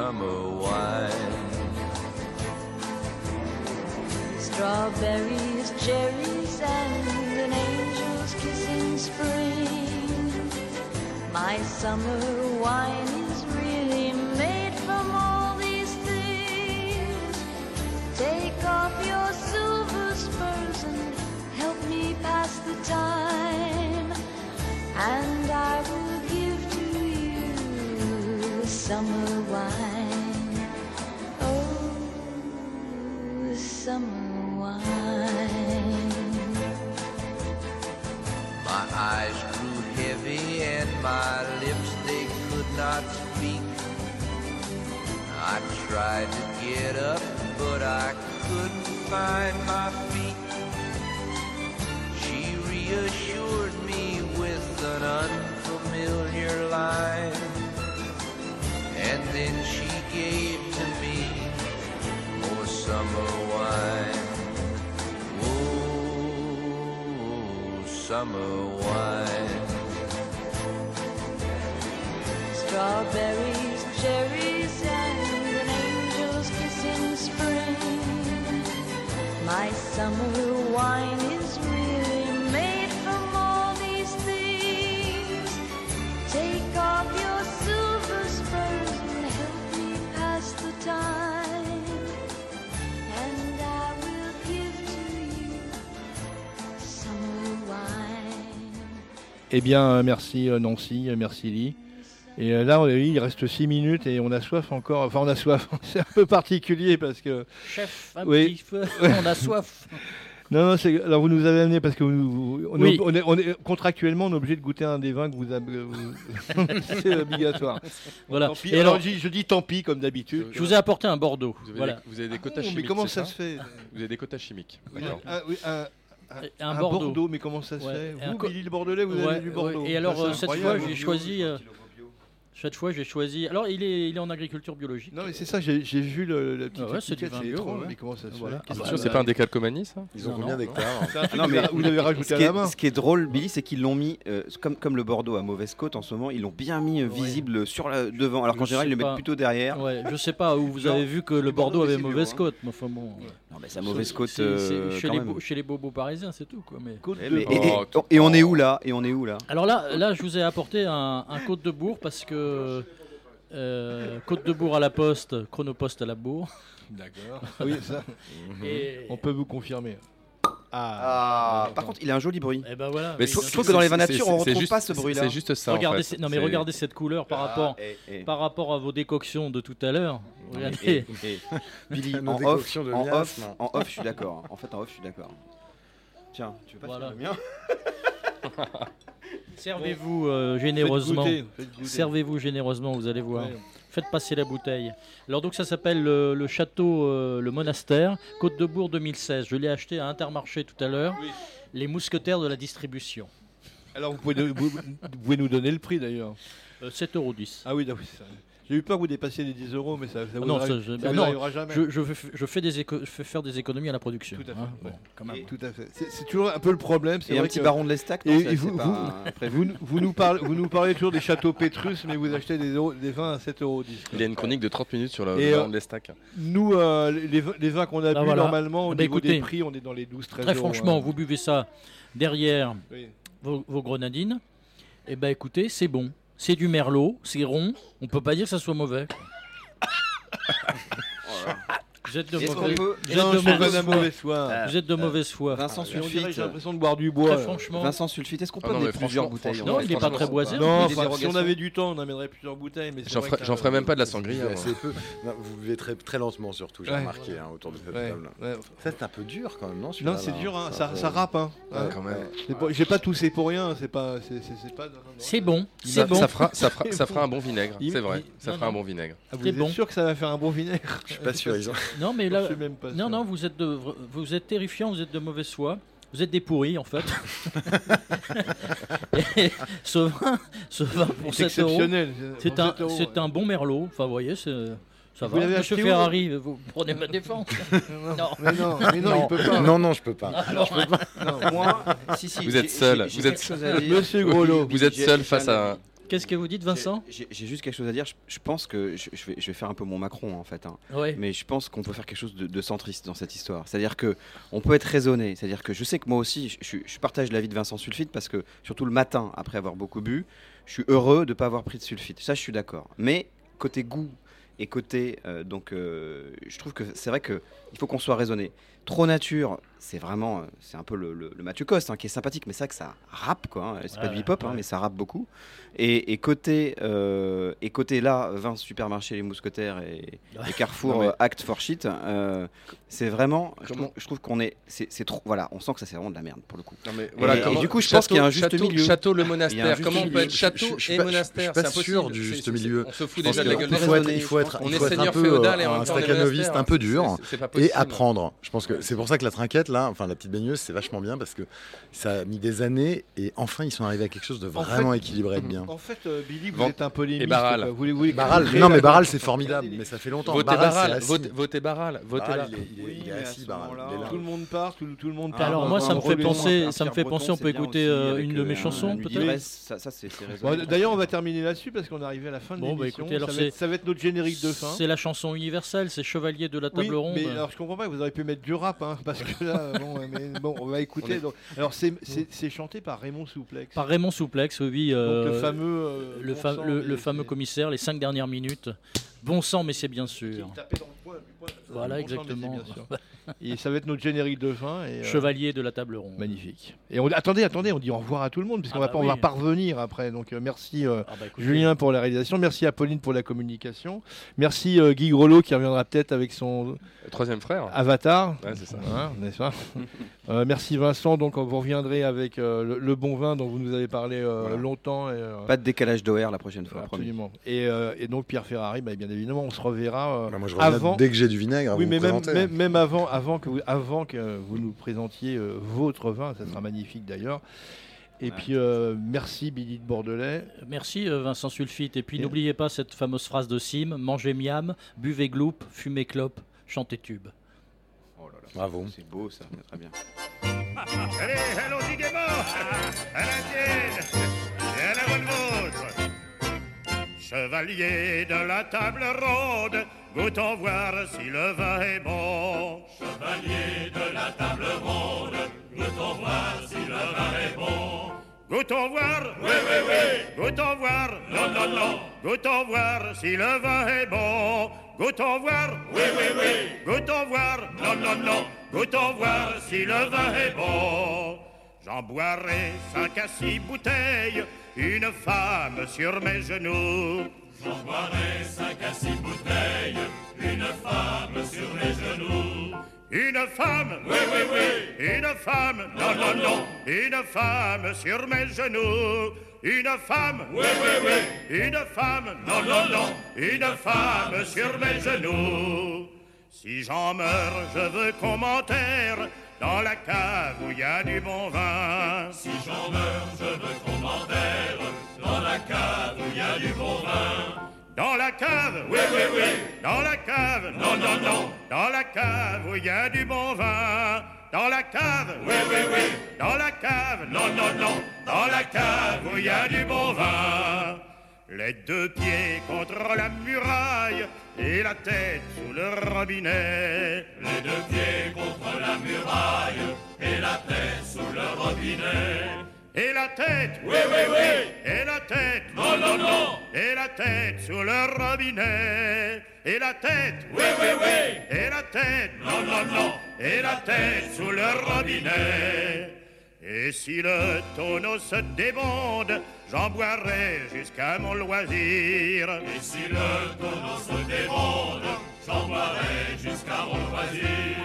summer wine. Strawberries, cherries, and an angel's kiss in spring. My summer wine is really made from all these things. Take off your silver spurs and help me pass the time. And I will give to you summer wine. Oh, summer wine. My eyes grew heavy and my lips they could not speak. I tried to get up, but I couldn't find my feet. She reassured me with an unfamiliar line. And then she gave to me more summer wine. Oh, summer wine. Strawberries, cherries, and an angel's kiss in spring. My summer wine is really made from all these things. Take off your silver spurs and help me pass the time. And I will give to you summer wine. Eh bien, euh, merci euh, Nancy, euh, merci Lee. Et euh, là, on a eu, il reste 6 minutes et on a soif encore. Enfin, on a soif. C'est un peu particulier parce que. Chef, un Oui. petit feu, on a soif. Non, non, c'est- alors vous nous avez amené parce que vous- vous- on, est- Oui. on est, euh, on est- contractuellement on est obligé de goûter un des vins que vous, avez- vous- c'est obligatoire. Voilà. Tant pis. Et alors, alors- je, dis- je dis tant pis comme d'habitude. Je vous ai apporté un Bordeaux. Vous avez, Voilà. des, vous avez des Ah quotas bon, mais chimiques. comment c'est ça se fait Vous avez des quotas chimiques. Oui, d'accord. ah, oui, ah, un Bordeaux. mais comment ça se Ouais, fait et un Vous, co- Billy le Bordelais, vous Ouais, avez du ouais. Bordeaux. Et alors, Ça, c'est euh, cette fois, incroyable. j'ai choisi. euh, Cette fois, j'ai choisi. Alors, il est, il est en agriculture biologique. Non, Ah, mais c'est ça, j'ai j'ai vu le, la petite Ah ouais, c'est du étiquette, vin c'est bio, étrange, ouais. mais comment ça se Voilà. fait Ah bah, Qu'est-ce que C'est ça- pas un décalcomanie, ça Ils ont Non, combien non. d'hectares C'est un truc Ah Non, que mais vous avez rajouté ce, à qui la est, main. ce qui est drôle, Billy, c'est qu'ils l'ont mis, euh, comme, comme le Bordeaux à mauvaise côte en ce moment, ils l'ont bien mis euh, visible sur la, devant, alors qu'en Je général, sais ils le pas. mettent plutôt derrière. Ouais, je sais pas où vous Genre, avez vu que le le Bordeaux Bordeaux avait des mauvaise Silures, côte, mais enfin bon. Non, mais sa mauvaise côte. C'est- c'est euh, chez, quand les même. bo- chez les bobos parisiens, c'est tout quoi. Mais... Côte Eh, de- mais- Oh, et, et- tout et on est où là Et on est où là Alors là, là, je vous ai apporté un, un Côte de Bourg parce que euh, Côte de Bourg à la Poste, Chronopost à la Bourre. D'accord. Oui, ça, Et, on peut vous confirmer. Ah, par contre, il a un joli bruit. eh ben voilà. Mais oui, je trouve- non, je trouve que dans les vins c'est- nature, on c'est- retrouve c'est juste- pas ce bruit-là. C'est juste ça. en regardez, fait. ces- non mais C'est- regardez cette couleur Ah, par rapport, eh, par rapport à vos décoctions de tout à l'heure. Regardez. eh, Billy, Nos en off, décoctions de en off, miasme. en off, je suis d'accord. En fait, en off, je suis d'accord. Tiens, tu veux pas Voilà. faire le mien Servez-vous euh, généreusement. Faites goûter, faites goûter. Servez-vous généreusement, vous allez voir. Ouais. Faites passer la bouteille. Alors donc ça s'appelle euh, le château, euh, le monastère, Côte de Bourg 2016. Je l'ai acheté à Intermarché tout à l'heure. Oui. Les mousquetaires de la distribution. Alors, vous pouvez, vous- vous pouvez nous donner le prix d'ailleurs. Euh, 7,10€. Ah oui, d'accord, c'est ça. j'ai eu peur que vous dépassiez les 10 euros, mais ça, ça vous, non, arrive- ça, je- ça bah vous non, arrivera jamais. Je, je fais, je fais des éco- je fais faire des économies à la production. Tout à fait. hein. ouais. Bon, quand même. Et- Tout à fait. C'est c'est toujours un peu le problème. c'est Et un vrai petit que- baron de l'Estac non, Et- ça, et c'est vous- pas, vous- euh, prévu. Vous, vous nous parlez, vous nous parlez toujours des châteaux Pétrus, mais vous achetez des, euros- des vins à 7,10 euros. Il y a une chronique de 30 minutes sur le Et, le baron euh, de l'Estac. Nous, euh, les, vins- les vins qu'on a Bah bu voilà. normalement, au Bah niveau écoutez, des prix, on est dans les 12-13 euros. Très franchement, hein. vous buvez ça derrière Oui. vos, vos grenadines. Et ben écoutez, c'est bon. C'est du merlot, c'est rond. On peut pas dire que ça soit mauvais. Vous êtes de Est-ce qu'on mauvaise, peut- vous êtes Non, de je suis mauvaise un foi. mauvais soir. Ah, Vous êtes de mauvaise foi. Vincent Et on dirait, Sulfite. j'ai l'impression de boire du bois. Très franchement, Vincent Sulfite, est-ce qu'on peut Ah euh. non, amener mais plusieurs franchement, bouteilles en franchement, Non, fait, il est pas franchement, très c'est boisé. Non, Des enfin, si dérogations. on avait du temps, on amènerait plusieurs bouteilles. mais c'est J'en vrai ferai- que- j'en ferai même pas de la Vous buvez sangria. moi. assez peu. Non, vous buvez très, très lentement surtout, j'ai Ouais. remarqué hein, autour de cette Ouais, table. ouais. Ça c'est un peu dur quand même, non celui-là, Non, c'est là, dur, hein, c'est un ça, peu- ça rappe. Hein. Ouais, Ah, Hein. quand même. C'est pas- J'ai pas toussé pour rien, c'est pas. c'est- c'est- c'est pas- non, non, non. c'est bon, c'est Ça, bon. ça fera, ça fera, ça C'est fera un bon vinaigre, Il- c'est vrai. il- Ça non, fera un non. bon vinaigre. Ah, vous c'est êtes bon. sûr que ça va faire un bon vinaigre Je suis pas sûr, ils ont... Non mais Je là, suis même pas non sûr. non, vous êtes de, vr- vous êtes terrifiant, vous êtes de mauvaise foi. Vous êtes des pourris en fait. Et ce vin, ce vin pour C'est 7 euros. exceptionnel. C'est Pour un, 7 euros, c'est ouais. un bon merlot. Enfin, vous voyez, c'est- ça Vous va. l'avez Monsieur acheté où Ferrari, vous prenez ma défense. non. Mais non, mais non, il peut pas. Non, non, je peux pas. pas- Moi, Ah, si, si, Vous j'ai- êtes seul, j'ai- j'ai vous êtes quelque chose à dire. Monsieur Groslo. Vous êtes J'ai- seul j'ai face un à. avis. Qu'est-ce que vous dites, Vincent J'ai j'ai juste quelque chose à dire. Je, je pense que je, je vais, je vais faire un peu mon Macron en fait. hein. Ouais. Mais je pense qu'on peut faire quelque chose de, de centriste dans cette histoire. C'est-à-dire que on peut être raisonné. C'est-à-dire que je sais que moi aussi, je, je- je partage l'avis de Vincent Sulfite parce que surtout le matin, après avoir beaucoup bu, je suis heureux de ne pas avoir pris de sulfite. Ça, je suis d'accord. Mais côté goût et côté euh, donc, euh, je trouve que c'est vrai que il faut qu'on soit raisonné. Trop nature, c'est vraiment, euh, c'est un peu le, le, le Mathieu Coste hein, qui est sympathique, mais c'est vrai que ça rappe quoi. hein. C'est pas Ouais, du hip-hop, hein, ouais. mais ça rappe beaucoup. Et, et côté euh, et côté là, 20 supermarchés, les mousquetaires et, et Carrefour Non, mais- euh, Act for Shit, euh, c'est vraiment. Je Comment- trouve, je trouve qu'on est, c'est c'est trop. Voilà, on sent que ça c'est vraiment de la merde pour le coup. Non, mais et comment- du coup, je pense château- qu'il y a un juste château, milieu. Château, Il le y a un monastère. juste Comment on peut milieu. être Je- je- château je suis et pas- monastère je suis C'est pas sûr impossible. du C'est- juste c'est- milieu. On se fout Je pense déjà de la que- gueule Il de on faut tout le être, monde. il faut être, On il faut est être un seigneur peu féodal euh, et en un même temps on est staccanoviste, monastère. un peu dur, C'est- c'est pas et possible. apprendre. Je pense que c'est pour ça que la trinquette, là, enfin la petite baigneuse, c'est vachement bien parce que ça a mis des années et enfin ils sont arrivés à quelque chose de En fait- vraiment équilibré et de bien. En fait, euh, Billy, vous Van- êtes un polémiste. Et Barral. quoi. Vous voulez- vous voulez Barral, créer non la- mais Barral c'est formidable, mais ça fait longtemps. Votez Barral, c'est Barral, assis. vote- votez Barral, Ah, votez Barral, Barral. Ah, il est- il est- Oui, il est mais à assis, ce Barral. moment-là, il est là. Tout le monde part, tout, tout le monde part. Alors, moi, Dans ça me un fait relais. penser- ça me fait Pierre penser, Breton, on peut c'est bien écouter, aussi euh, avec, une de mes euh, chansons, un peut-être Ulysse, Ça, ça, c'est c'est Bon, raisonnable. D'ailleurs, on va terminer là-dessus parce qu'on est arrivé à la fin de Bon, bah, l'émission. écoutez, alors ça, va c'est- être- ça va être notre générique de fin. C'est la chanson universelle, c'est Chevalier de la Oui, table ronde. mais alors je comprends pas, vous auriez pu mettre du rap, hein, parce que là, bon, mais bon, on va écouter. On est- donc. alors c'est- c'est c'est chanté par Raymond Souplex, Par Raymond Souplex, oui. euh, donc le fameux, euh, le, bon fa- sang, le- mais le c'est- fameux commissaire, les cinq dernières minutes. Bon sang, mais c'est bien qui sûr. tapait dans le poing, du poing. Voilà, Bon sang, mais c'est exactement. bien sûr. Et ça va être notre générique de fin. Et, euh, Chevalier de la table ronde. Euh, Magnifique. Et on, attendez, attendez, on dit au revoir à tout le monde, puisqu'on Ah va bah pas- on va oui. pas revenir après. Donc euh, merci. euh, Ah bah, écoutez, Julien pour la réalisation, merci à Pauline pour la communication, merci euh, Guy Grelot qui reviendra peut-être avec son Troisième frère. avatar, Ouais, c'est ça. Hein, n'est-ce pas Euh, Merci Vincent. Donc euh, vous reviendrez avec euh, le, le bon vin dont vous nous avez parlé euh, Voilà. longtemps. Et, euh, Pas de décalage d'horaire la prochaine fois. promis. absolument. Et, euh, et donc Pierre Ferrari, bah, bien évidemment, on se reverra euh, Bah, moi je reviens avant. dès que j'ai du vinaigre. à Oui, vous mais même, présenter. même- même avant, avant que vous, avant que vous nous présentiez euh, votre vin, ça Mm. sera magnifique d'ailleurs. Et puis euh, merci Billy de Bordelais. Merci euh, Vincent Sulfite. Et puis n'oubliez pas cette fameuse phrase de Sim mangez miam, buvez gloupe, fumez clope, chantez tube. Oh Bravo. C'est beau ça, très bien. Allez, allons-y gaiement À la tienne et à la bonne vôtre Chevalier de la table ronde, goûtons voir si le vin est bon. Chevalier de la table ronde, goûtons voir si le vin est bon. Goûtons voir, oui, oui, oui. Goûtons voir, non, non, non. Goûtons voir si le vin est bon. Goûtons voir, oui, oui, oui. Goûtons voir, non, non, non. Goûtons voir si le vin est bon. J'en boirai cinq à six bouteilles, une femme sur mes genoux. J'en boirai cinq à six bouteilles, une femme sur mes genoux. Une femme, oui, oui, oui. Une femme, non, non, non. Une femme sur mes genoux. Une femme, oui, oui, oui. Une femme, non, non, non. Une femme sur mes genoux. Si j'en meurs, je veux commentaire dans la cave où il y a du bon vin. Si j'en meurs, je veux commentaire dans la cave où il y a du bon vin. Dans la cave, oui, oui, oui. Dans la cave, non, non, non. Dans la cave où il y a du bon vin. Dans la cave, oui, oui, oui. Dans la cave, non, non, non. Dans la cave où il y a du bon vin. Les deux pieds contre la muraille et la tête sous le robinet. Les deux pieds contre la muraille et la tête sous le robinet. Et la tête, oui, oui, oui. Et la tête, non, non, non. Et la tête sous le robinet. Et la tête, oui, oui, oui. Et la tête, non, non, non. Et la tête sous le robinet. Et si le tonneau se débonde, j'en boirai jusqu'à mon loisir. Et si le tonneau se débonde, j'en boirai jusqu'à mon loisir.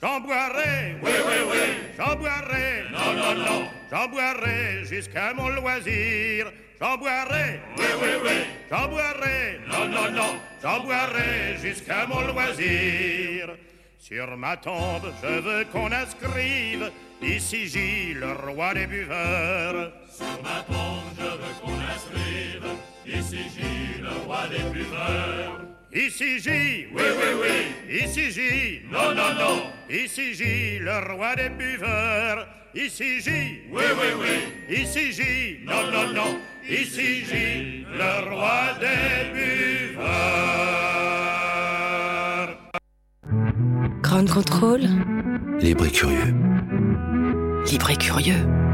J'en boirai, oui, oui, oui. J'en boirai, non, non, non. J'en boirai jusqu'à mon loisir. J'en boirai, oui, oui, oui. J'en boirai, non, non, non. J'en boirai jusqu'à mon loisir. Sur ma tombe, je veux qu'on inscrive Ici Gilles, le roi des buveurs. Sur ma tombe, je veux qu'on inscrive Ici Gilles, le roi des buveurs. Ici J, oui, oui, oui. Ici J, non, non, non. Ici J, le roi des buveurs. Ici J, oui, oui, oui. Ici J, non, non, non. Ici J, le roi des buveurs. Grand contrôle Libre et curieux. Libre et curieux.